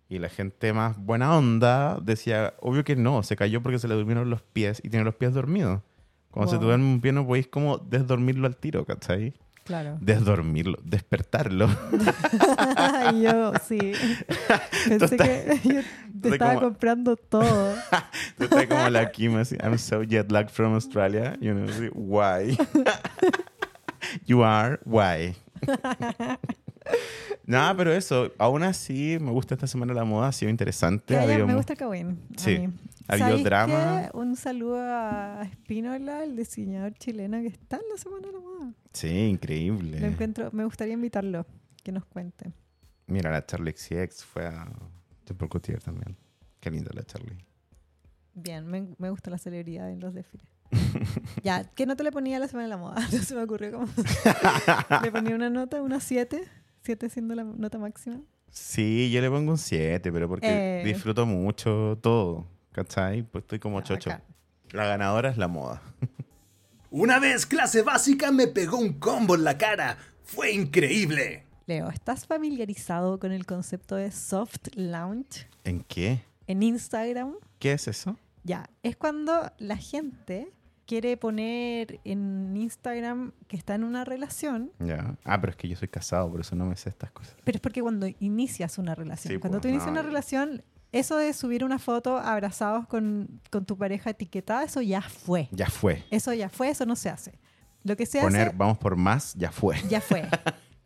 S3: Y la gente más buena onda decía, obvio que no, se cayó porque se le durmieron los pies y tiene los pies dormidos. Cuando se te
S2: Wow.
S3: duerme un pie no podéis como desdormirlo al tiro, ¿cachai?
S2: Claro.
S3: Desdormirlo, despertarlo.
S2: Y yo, sí. Pensé que yo te
S3: tú
S2: estaba
S3: como-
S2: comprando todo.
S3: Tú estás como la Kim así, I'm so jet lagged from Australia. You know, así, why? you are, why? Nada, pero eso, aún así me gusta esta semana la moda, ha sido interesante.
S2: Que
S3: ha
S2: haya-
S3: habido
S2: me
S3: mu-
S2: gusta el Kawin. a
S3: Sí.
S2: mí.
S3: Ha habido
S2: ¿Sabéis
S3: drama.
S2: qué? Un saludo a Espínola, el diseñador chileno que está en la Semana de la Moda.
S3: Sí,
S2: Lo
S3: increíble.
S2: encuentro, me gustaría invitarlo, que nos cuente.
S3: Mira, la Charlie XCX fue a Temple Coutier también. Qué linda la Charlie.
S2: Bien, me, me gusta la celebridad en los desfiles. ya, ¿qué nota le ponía a la Semana de la Moda? No se me ocurrió cómo. le ponía una nota, una 7. 7 siendo la nota máxima.
S3: Sí, yo le pongo un 7, pero porque
S2: Eh. Ah,
S3: disfruto mucho todo. ¿Cachai? Pues estoy como chocho.
S2: Acá.
S3: La ganadora es la moda.
S4: Una vez clase básica me pegó un combo en la cara. Fue increíble.
S2: Leo, ¿estás familiarizado con el concepto de soft launch
S3: ¿En qué?
S2: en Instagram?
S3: ¿Qué es eso?
S2: Ya, es cuando la gente quiere poner en Instagram que está en una relación,
S3: Ya. Ah, pero es que yo soy casado, por eso no me sé estas cosas.
S2: pero es porque cuando inicias una relación,
S3: Sí,
S2: cuando
S3: pues,
S2: tú inicias
S3: no,
S2: una
S3: y-
S2: relación, eso de subir una foto abrazados con, con tu pareja etiquetada, eso ya fue.
S3: Ya fue.
S2: Eso ya fue, eso no se hace. Lo que se
S3: Poner
S2: hace
S3: vamos por más, ya fue.
S2: ya fue.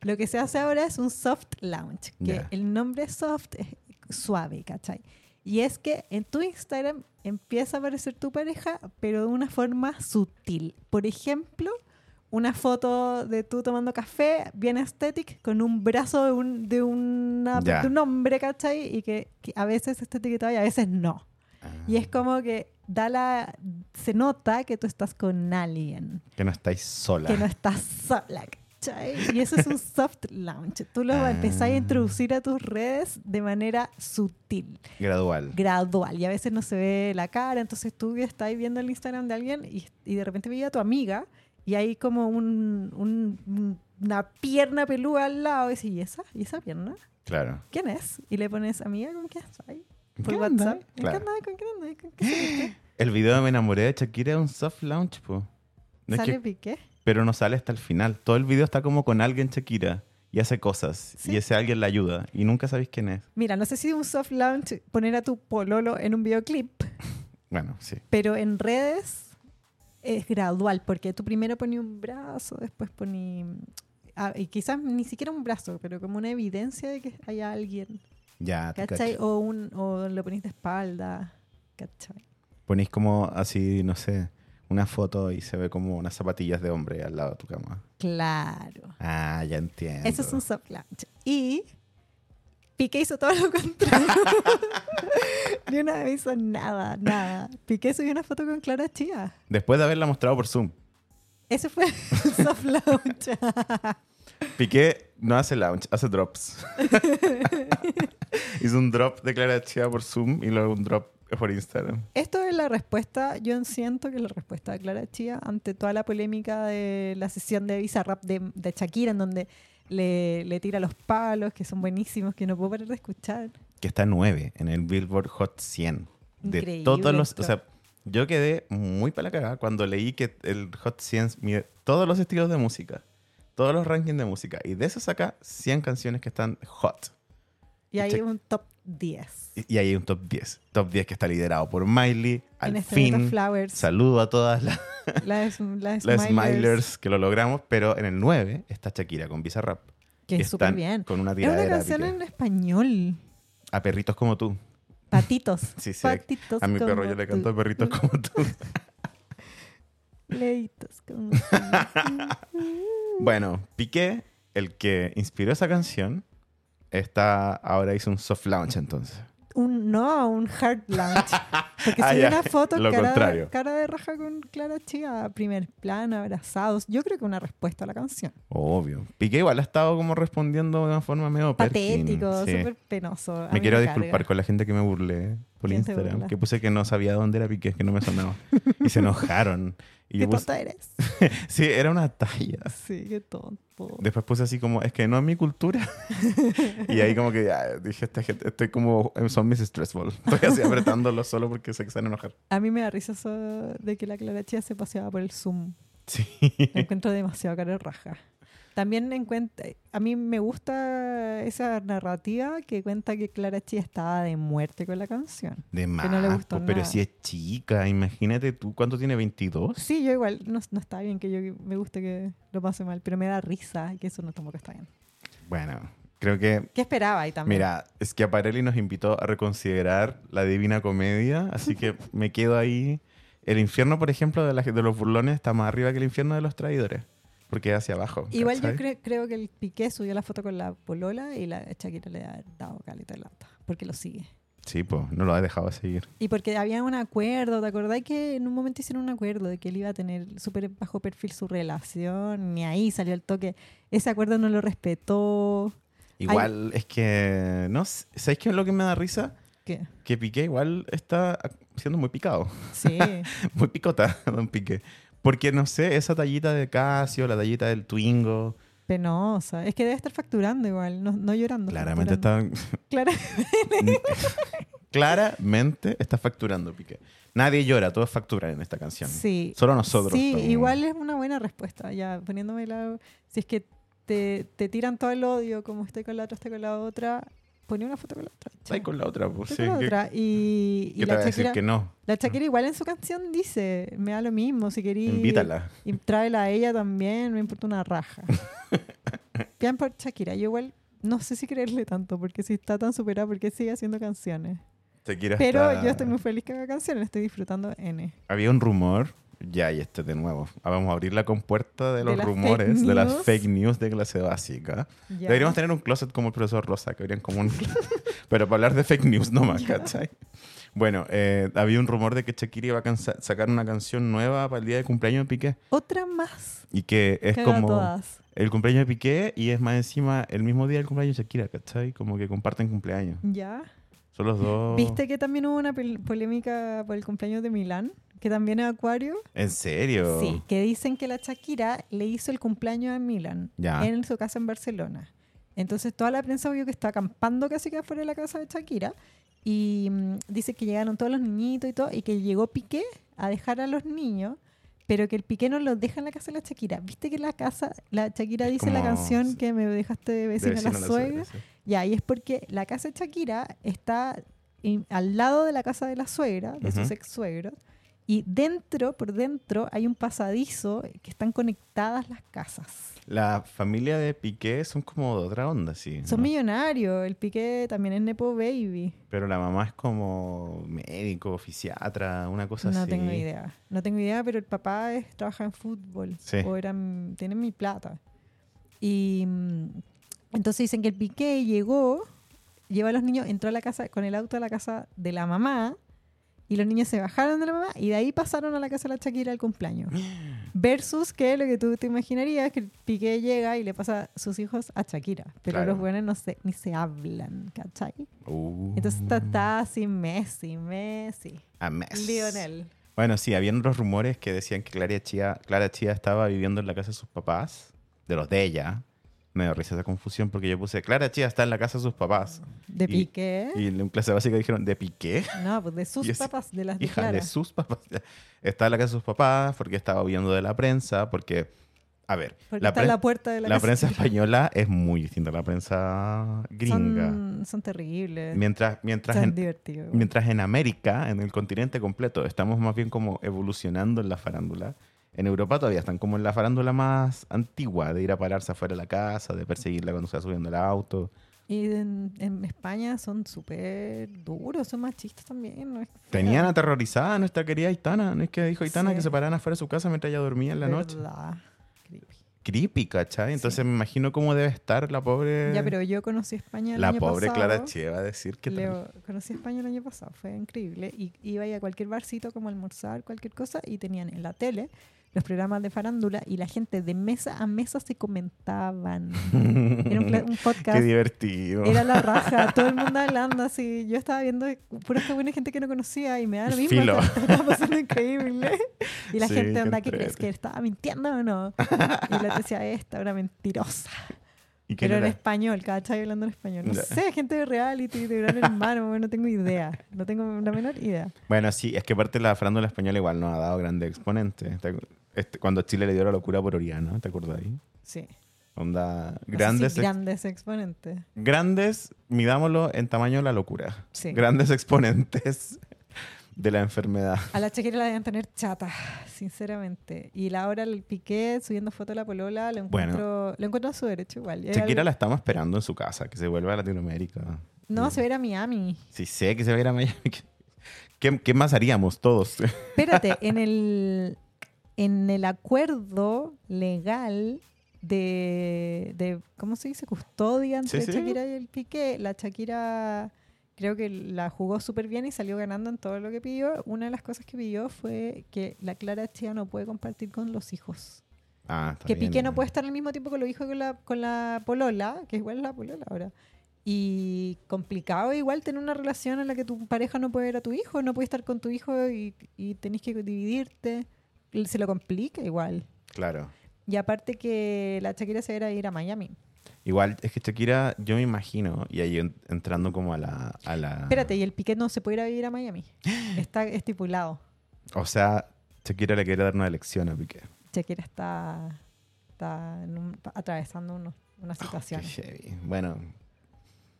S2: Lo que se hace ahora es un soft launch, que
S3: Ya.
S2: el nombre soft es suave, ¿cachai? Y es que en tu Instagram empieza a aparecer tu pareja, pero de una forma sutil. Por ejemplo, una foto de tú tomando café, bien estética, con un brazo de un, de una-
S3: Ya.
S2: de un hombre, ¿cachai? Y que, que a veces está etiquetado y a veces no.
S3: Ah.
S2: Y es como que da la, se nota que tú estás con alguien
S3: Que no estáis sola.
S2: que no estás sola. ¿cachai? Y eso es un soft launch. Tú lo
S3: Ah.
S2: empezás a introducir a tus redes de manera sutil,
S3: Gradual.
S2: gradual. Y a veces no se ve la cara, entonces tú estás viendo el Instagram de alguien y, y de repente veía a tu amiga y hay como un- un- una pierna peluda al lado. Y dices, ¿y esa? ¿Y esa pierna?
S3: claro.
S2: ¿Quién es? Y le pones, amiga, ¿con quién soy? Por
S3: ¿Qué onda?
S2: WhatsApp. ¿Con
S3: Claro.
S2: ¿Qué andas? ¿Con quién andas? ¿Con qué saliste?
S3: El video de Me enamoré de Shakira es un soft launch, po. No es
S2: ¿Sale
S3: que-
S2: piqué?
S3: pero no sale hasta el final. Todo el video está como con alguien Shakira y hace cosas.
S2: Sí.
S3: Y ese alguien la ayuda. Y nunca sabéis quién es.
S2: Mira, no sé si un soft launch poner a tu pololo en un videoclip,
S3: Bueno, sí.
S2: Pero en redes es gradual, porque tú primero poní un brazo, después poní. ah, y quizás ni siquiera un brazo, pero como una evidencia de que hay alguien.
S3: Ya, te
S2: ¿Cachai?
S3: cacho.
S2: O, un, o lo ponís de espalda. ¿Cachai?
S3: Ponéis como así, no sé, una foto y se ve como unas zapatillas de hombre al lado de tu cama.
S2: Claro.
S3: Ah, ya entiendo.
S2: Eso es un soft launch. Y Piqué hizo todo lo contrario. Ni una vez hizo nada, nada. Piqué subió una foto con Clara Chía.
S3: Después de haberla mostrado por Zoom.
S2: Ese fue el soft launch.
S3: Piqué no hace launch, hace drops. Hizo un drop de Clara Chía por Zoom y luego un drop por Instagram.
S2: Esto es la respuesta, yo siento que la respuesta de Clara Chía ante toda la polémica de la sesión de Bizarrap de, de Shakira, en donde le, le tira los palos, que son buenísimos, que no puedo parar de escuchar.
S3: Que está 9 en el Billboard Hot 100. De
S2: Increíble
S3: todos los.
S2: esto.
S3: O sea, yo quedé muy para la cagada cuando leí que el Hot 100 mide todos los estilos de música, todos los rankings de música. Y de eso saca 100 canciones que están hot.
S2: Y hay
S3: Shak-
S2: un top 10.
S3: Y, y ahí hay un top 10. Top 10 que está liderado por Miley. Al
S2: en este momento,
S3: fin.
S2: Flowers,
S3: Saludo a todas las.
S2: la de, sm- la de
S3: Los
S2: Smilers,
S3: Smilers que lo logramos, pero en el 9 está Shakira con Bizarrap.
S2: que es
S3: están
S2: súper bien.
S3: Con una
S2: Es una
S3: tiradera a
S2: canción
S3: Piqué.
S2: en español.
S3: a perritos como tú.
S2: Patitos.
S3: Sí, sí.
S2: Patitos
S3: A mi perro
S2: como
S3: yo le
S2: tú.
S3: canto a perritos como tú.
S2: Leitos como tú.
S3: bueno, Piqué, el que inspiró esa canción, está ahora hizo un soft launch entonces.
S2: un no a un hard launch. Porque
S3: Ah,
S2: si hay
S3: ya,
S2: una foto
S3: lo
S2: cara de,
S3: contrario.
S2: cara de raja con Clara Chía, primer plano, abrazados. Yo creo que una respuesta a la canción.
S3: Obvio. Piqué igual ha estado como respondiendo de una forma medio Perkin,
S2: Patético,
S3: sí.
S2: súper penoso. A
S3: Me
S2: mí
S3: quiero
S2: carga.
S3: disculpar con la gente que me burlé por
S2: ¿Quién se
S3: Instagram,
S2: burla?
S3: que puse que no sabía dónde era Piqué, que no me sonaba. y se enojaron.
S2: Qué
S3: Y yo puse-
S2: tonta eres.
S3: sí, era una talla.
S2: Sí, qué tonto.
S3: Después puse así como, es que no es mi cultura. y ahí como que ya, dije, esta gente, estoy como, son mis stress balls. Estoy así apretándolos solo porque se quieren enojar.
S2: A mí me da risa eso de que la Clara Chía se paseaba por el Zoom.
S3: Sí. Eh.
S2: La encuentro demasiado cara de raja. También encuentro, a mí me gusta esa narrativa que cuenta que Clara Chía estaba de muerte con la canción.
S3: De más,
S2: no le gustó
S3: po, pero
S2: nada.
S3: si es chica, imagínate tú, ¿cuánto tiene? ¿22?
S2: Sí, yo igual, no, no está bien que yo me guste que lo pase mal, pero me da risa que eso no tampoco está bien.
S3: Bueno, creo que
S2: ¿Qué esperaba ahí también?
S3: Mira, es que Aparelli nos invitó a reconsiderar la Divina Comedia, así que me quedo ahí. El infierno, por ejemplo, de, la- de los burlones está más arriba que el infierno de los traidores, porque es hacia abajo.
S2: Igual yo
S3: ¿cachai?
S2: cre- creo que el Piqué subió la foto con la polola y la Shakira le ha dado caleta de lata, porque lo sigue.
S3: Sí, pues, no lo ha dejado seguir.
S2: Y porque había un acuerdo, ¿te acordáis que en un momento hicieron un acuerdo de que él iba a tener súper bajo perfil su relación? Y ahí salió el toque. Ese acuerdo no lo respetó.
S3: Igual es que, no sé, ¿sabéis qué es lo que me da risa?
S2: ¿Qué?
S3: Que Piqué igual está siendo muy picado,
S2: Sí.
S3: muy picota, don Piqué. Porque, no sé, esa tallita de Casio, la tallita del Twingo,
S2: Penosa. Es que debe estar facturando igual, no, no llorando.
S3: claramente
S2: facturando.
S3: están
S2: Clara-
S3: Claramente está facturando, Piqué. Nadie llora, todos facturan en esta canción.
S2: Sí.
S3: Solo nosotros. pues,
S2: Sí,
S3: estamos-
S2: igual es una buena respuesta, ya poniéndome la... Si es que te, te tiran todo el odio, como estoy con la otra, estoy con la otra, poní una foto con la otra.
S3: Está ahí
S2: chao.
S3: con la otra, pues.
S2: Estoy
S3: sí,
S2: con la
S3: ¿qué-
S2: otra. Y, y
S3: qué te
S2: la
S3: va a decir
S2: Shakira-
S3: que no?
S2: La Shakira igual en su canción dice, me da lo mismo, si querís...
S3: Invítala.
S2: Y tráela a ella también, me importa una raja. Bien por Shakira, yo igual no sé si creerle tanto, porque si está tan superada, ¿por qué sigue haciendo canciones?
S3: Shakira
S2: Pero
S3: está-
S2: yo estoy muy feliz que haga canciones, estoy disfrutando N.
S3: Había un rumor. Ya, y este de nuevo. Ah, Vamos a abrir la compuerta de
S2: De
S3: los
S2: las
S3: rumores,
S2: fake
S3: de las
S2: news.
S3: fake news de clase básica.
S2: Ya.
S3: Deberíamos tener un closet como el profesor Rosa, que habrían como un... Pero para hablar de fake news nomás, ¿cachai? Bueno, eh, había un rumor de que Shakira iba a cansa- sacar una canción nueva para el día de cumpleaños de Piqué.
S2: Otra más.
S3: Y que es
S2: Caga
S3: como...
S2: todas.
S3: el cumpleaños de Piqué y es más encima el mismo día del cumpleaños de Shakira, ¿cachai? Como que comparten cumpleaños.
S2: Ya.
S3: Son los dos.
S2: ¿Viste que también hubo una pel- polémica por el cumpleaños de Milán? Que también es Acuario.
S3: ¿En serio?
S2: Sí, que dicen que la Shakira le hizo el cumpleaños a Milan
S3: Ya.
S2: en su casa en Barcelona. Entonces toda la prensa vio que está acampando casi que afuera de la casa de Shakira y mm, dice que llegaron todos los niñitos y todo y que llegó Piqué a dejar a los niños, pero que el Piqué no los deja en la casa de la Shakira. ¿Viste que la casa la Shakira dice la
S3: como-
S2: canción que me dejaste de
S3: De
S2: vecina,
S3: vecino
S2: la
S3: la
S2: suegra?
S3: suegra, sí.
S2: Ya, y es porque la casa de Shakira está en- al lado de la casa de la suegra, de sus
S3: Ujú.
S2: ex suegros, y dentro, por dentro, hay un pasadizo que están conectadas las casas.
S3: La familia de Piqué son como de otra onda, sí.
S2: Son
S3: ¿no?
S2: millonarios, el pique también es Nepo Baby.
S3: Pero la mamá es como médico, fisiatra, una cosa
S2: No
S3: así.
S2: tengo idea, no tengo idea, pero el papá es- trabaja en fútbol,
S3: Sí.
S2: o eran, tienen mi plata. Y mm, entonces dicen que el pique llegó, lleva a los niños, entró a la casa con el auto a la casa de la mamá y los niños se bajaron de la mamá y de ahí pasaron a la casa de la Shakira al cumpleaños. Versus que lo que tú te imaginarías es que el Piqué llega y le pasa sus hijos a Shakira, pero
S3: Claro.
S2: los buenos no se, ni se hablan, ¿cachai?
S3: Uh,
S2: Entonces está, está así Messi, Messi,
S3: a mess.
S2: Lionel.
S3: Bueno, sí, habían otros rumores que decían que Clara Chía, Clara Chía estaba viviendo en la casa de sus papás, de los de ella. Me dio risa esa confusión porque yo puse, Clara Chía está en la casa de sus papás.
S2: De
S3: Y-
S2: Piqué.
S3: Y en clase básica dijeron, ¿de Piqué?
S2: no, pues de sus
S3: y ese-
S2: papas, de las de
S3: hija de
S2: Clara.
S3: sus papás. Estaba en la casa de sus papás porque estaba huyendo de la prensa, porque, a ver,
S2: Porque está en
S3: pren-
S2: la puerta de la,
S3: la
S2: casa.
S3: prensa española es muy distinta a la prensa gringa.
S2: Son, son terribles.
S3: Mientras, mientras,
S2: son
S3: en,
S2: divertidos.
S3: mientras en América, en el continente completo, estamos más bien como evolucionando en la farándula. En Europa todavía están como en la farándula más antigua, de ir a pararse afuera de la casa, de perseguirla cuando se va subiendo el auto.
S2: Y en, en España son súper duros, son machistas también. ¿no? Es-
S3: Tenían aterrorizada a nuestra querida Aitana. No es que dijo Aitana
S2: Sí.
S3: que se paraban afuera de su casa mientras ella dormía en la noche.
S2: Verdad. Creepy.
S3: creepy, ¿cachai? Entonces me imagino cómo debe estar la pobre.
S2: Ya, pero yo conocí España el
S3: Eh, la
S2: año
S3: pobre
S2: pasado.
S3: Clara Che va a decir que.
S2: Leo, conocí España el año pasado, fue increíble. Y iba ahí a cualquier barcito como a almorzar, cualquier cosa, y tenían en la tele los programas de farándula y la gente de mesa a mesa se comentaban. Era un, cla- un
S3: Qué
S2: podcast.
S3: divertido.
S2: Era la raja, todo el mundo hablando así. Yo estaba viendo puras buena gente que no conocía y me da lo mismo.
S3: Filo.
S2: Estaba pasando increíble. Y la
S3: Sí,
S2: gente,
S3: qué
S2: onda, ¿qué crees?
S3: entrete.
S2: ¿Que estaba mintiendo o no? Y la decía, esta, una mentirosa.
S3: ¿Y quién
S2: Pero en
S3: era?
S2: español, ¿cachai? Hablando en español. No
S3: Ya.
S2: sé, gente de reality, de gran hermano, bueno, no tengo idea. No tengo la menor idea.
S3: Bueno, sí, es que aparte la farándula española igual nos ha dado grandes exponentes. ¿Te acu- este- cuando Chile le dio la locura por Oriana, ¿te acuerdas ahí?
S2: Sí.
S3: Onda,
S2: No sé si
S3: grandes, ex-
S2: grandes exponentes.
S3: grandes, midámoslo en tamaño de la locura.
S2: Sí.
S3: Grandes exponentes de la enfermedad.
S2: A la chequera la deben tener chata, sinceramente. Y la hora el piqué subiendo foto a la polola, lo
S3: Bueno.
S2: encuentro, lo encuentro a su derecho igual. Es
S3: Shakira
S2: algo-
S3: la estamos esperando en su casa, que se vuelva a Latinoamérica.
S2: No, se va a ir a Miami.
S3: Si sé que se va a ir a Miami. ¿Qué, qué más haríamos todos?
S2: Espérate, en el, en el acuerdo legal de, de- ¿cómo se dice? Custodia entre
S3: Sí, sí.
S2: Shakira y el Piqué, la Shakira creo que la jugó súper bien y salió ganando en todo lo que pidió. Una de las cosas que pidió fue que la Clara Chía no puede compartir con los hijos.
S3: Ah, está
S2: que
S3: bien,
S2: Piqué no
S3: eh.
S2: puede estar al mismo tiempo con los hijos y con la, con la polola, que igual es la polola ahora. Y complicado igual tener una relación en la que tu pareja no puede ver a tu hijo, no puede estar con tu hijo y, y tenés que dividirte. Y Se lo complica igual.
S3: Claro.
S2: Y aparte que la Shakira se va a ir a Miami.
S3: Igual es que Shakira, yo me imagino, y ahí en- entrando como a la. A la
S2: Espérate, y el Piqué no se puede ir a vivir a Miami. Está estipulado.
S3: O sea, Shakira le quiere dar una lección a Piqué.
S2: Shakira está, está en un- atravesando unos- una situación.
S3: Ah, Qué heavy. Bueno,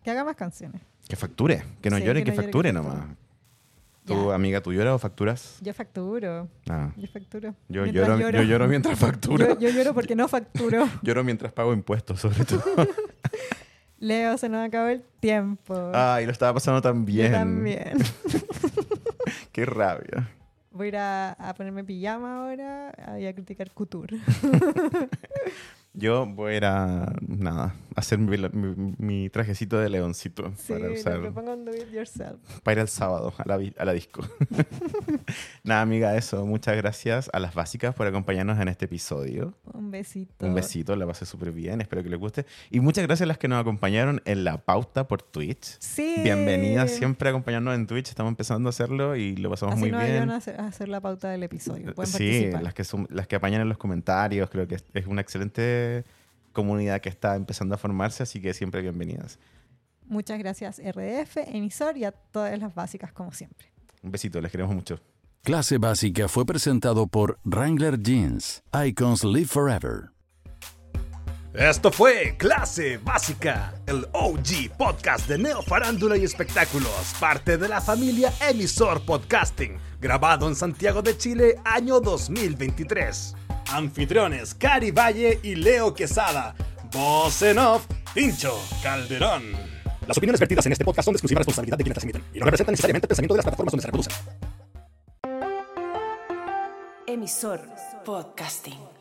S2: que haga más canciones.
S3: que facture, que no
S2: Sí,
S3: llore,
S2: que
S3: que,
S2: no llore,
S3: facture
S2: que
S3: nomás.
S2: facture.
S3: ¿Tu
S2: Ya.
S3: amiga, tú lloras o facturas?
S2: Yo facturo,
S3: Ah.
S2: yo facturo.
S3: Yo
S2: Mientras
S3: lloro, yo lloro mientras
S2: Yo,
S3: facturo.
S2: yo lloro porque no facturo.
S3: Lloro mientras pago impuestos, sobre todo.
S2: Leo, se nos acabó el tiempo.
S3: Ay, lo estaba pasando tan
S2: Yo
S3: Ah, bien.
S2: también.
S3: Qué rabia.
S2: Voy a ir a, a ponerme pijama ahora ah, y a criticar Couture.
S3: Yo voy a ir a, nada, a hacer mi, mi- mi trajecito de leoncito
S2: Sí,
S3: para
S2: te
S3: usar,
S2: propongo un do it yourself.
S3: para ir al sábado a la, vi- a la disco. nada, amiga, eso. Muchas gracias a las básicas por acompañarnos en este episodio.
S2: Un besito.
S3: Un besito, la pasé súper bien, espero que les guste. Y muchas gracias a las que nos acompañaron en la pauta por Twitch.
S2: Sí.
S3: Bienvenidas siempre a acompañarnos en Twitch, estamos empezando a hacerlo y lo pasamos
S2: Así
S3: muy
S2: nos ayudan
S3: bien.
S2: a hacer, a hacer la pauta del episodio. Pueden
S3: Sí,
S2: participar.
S3: las que, son, las que apañan en los comentarios, creo que es, es una excelente comunidad que está empezando a formarse, así que siempre bienvenidas.
S2: Muchas gracias, RDF, emisor y a todas las básicas, como siempre.
S3: Un besito, les queremos mucho.
S5: Clase Básica fue presentado por Wrangler Jeans. Icons Live Forever.
S4: Esto fue Clase Básica, el OG podcast de Neo Farándula y Espectáculos, parte de la familia Emisor Podcasting, grabado en Santiago de Chile año 2023. Anfitriones Cari Valle y Leo Quesada. Voz en off, Tincho Calderón. Las opiniones vertidas en este podcast son de exclusiva responsabilidad de quienes las emiten y no representan necesariamente el pensamiento de las plataformas donde se reproducen.
S1: Emisor Podcasting.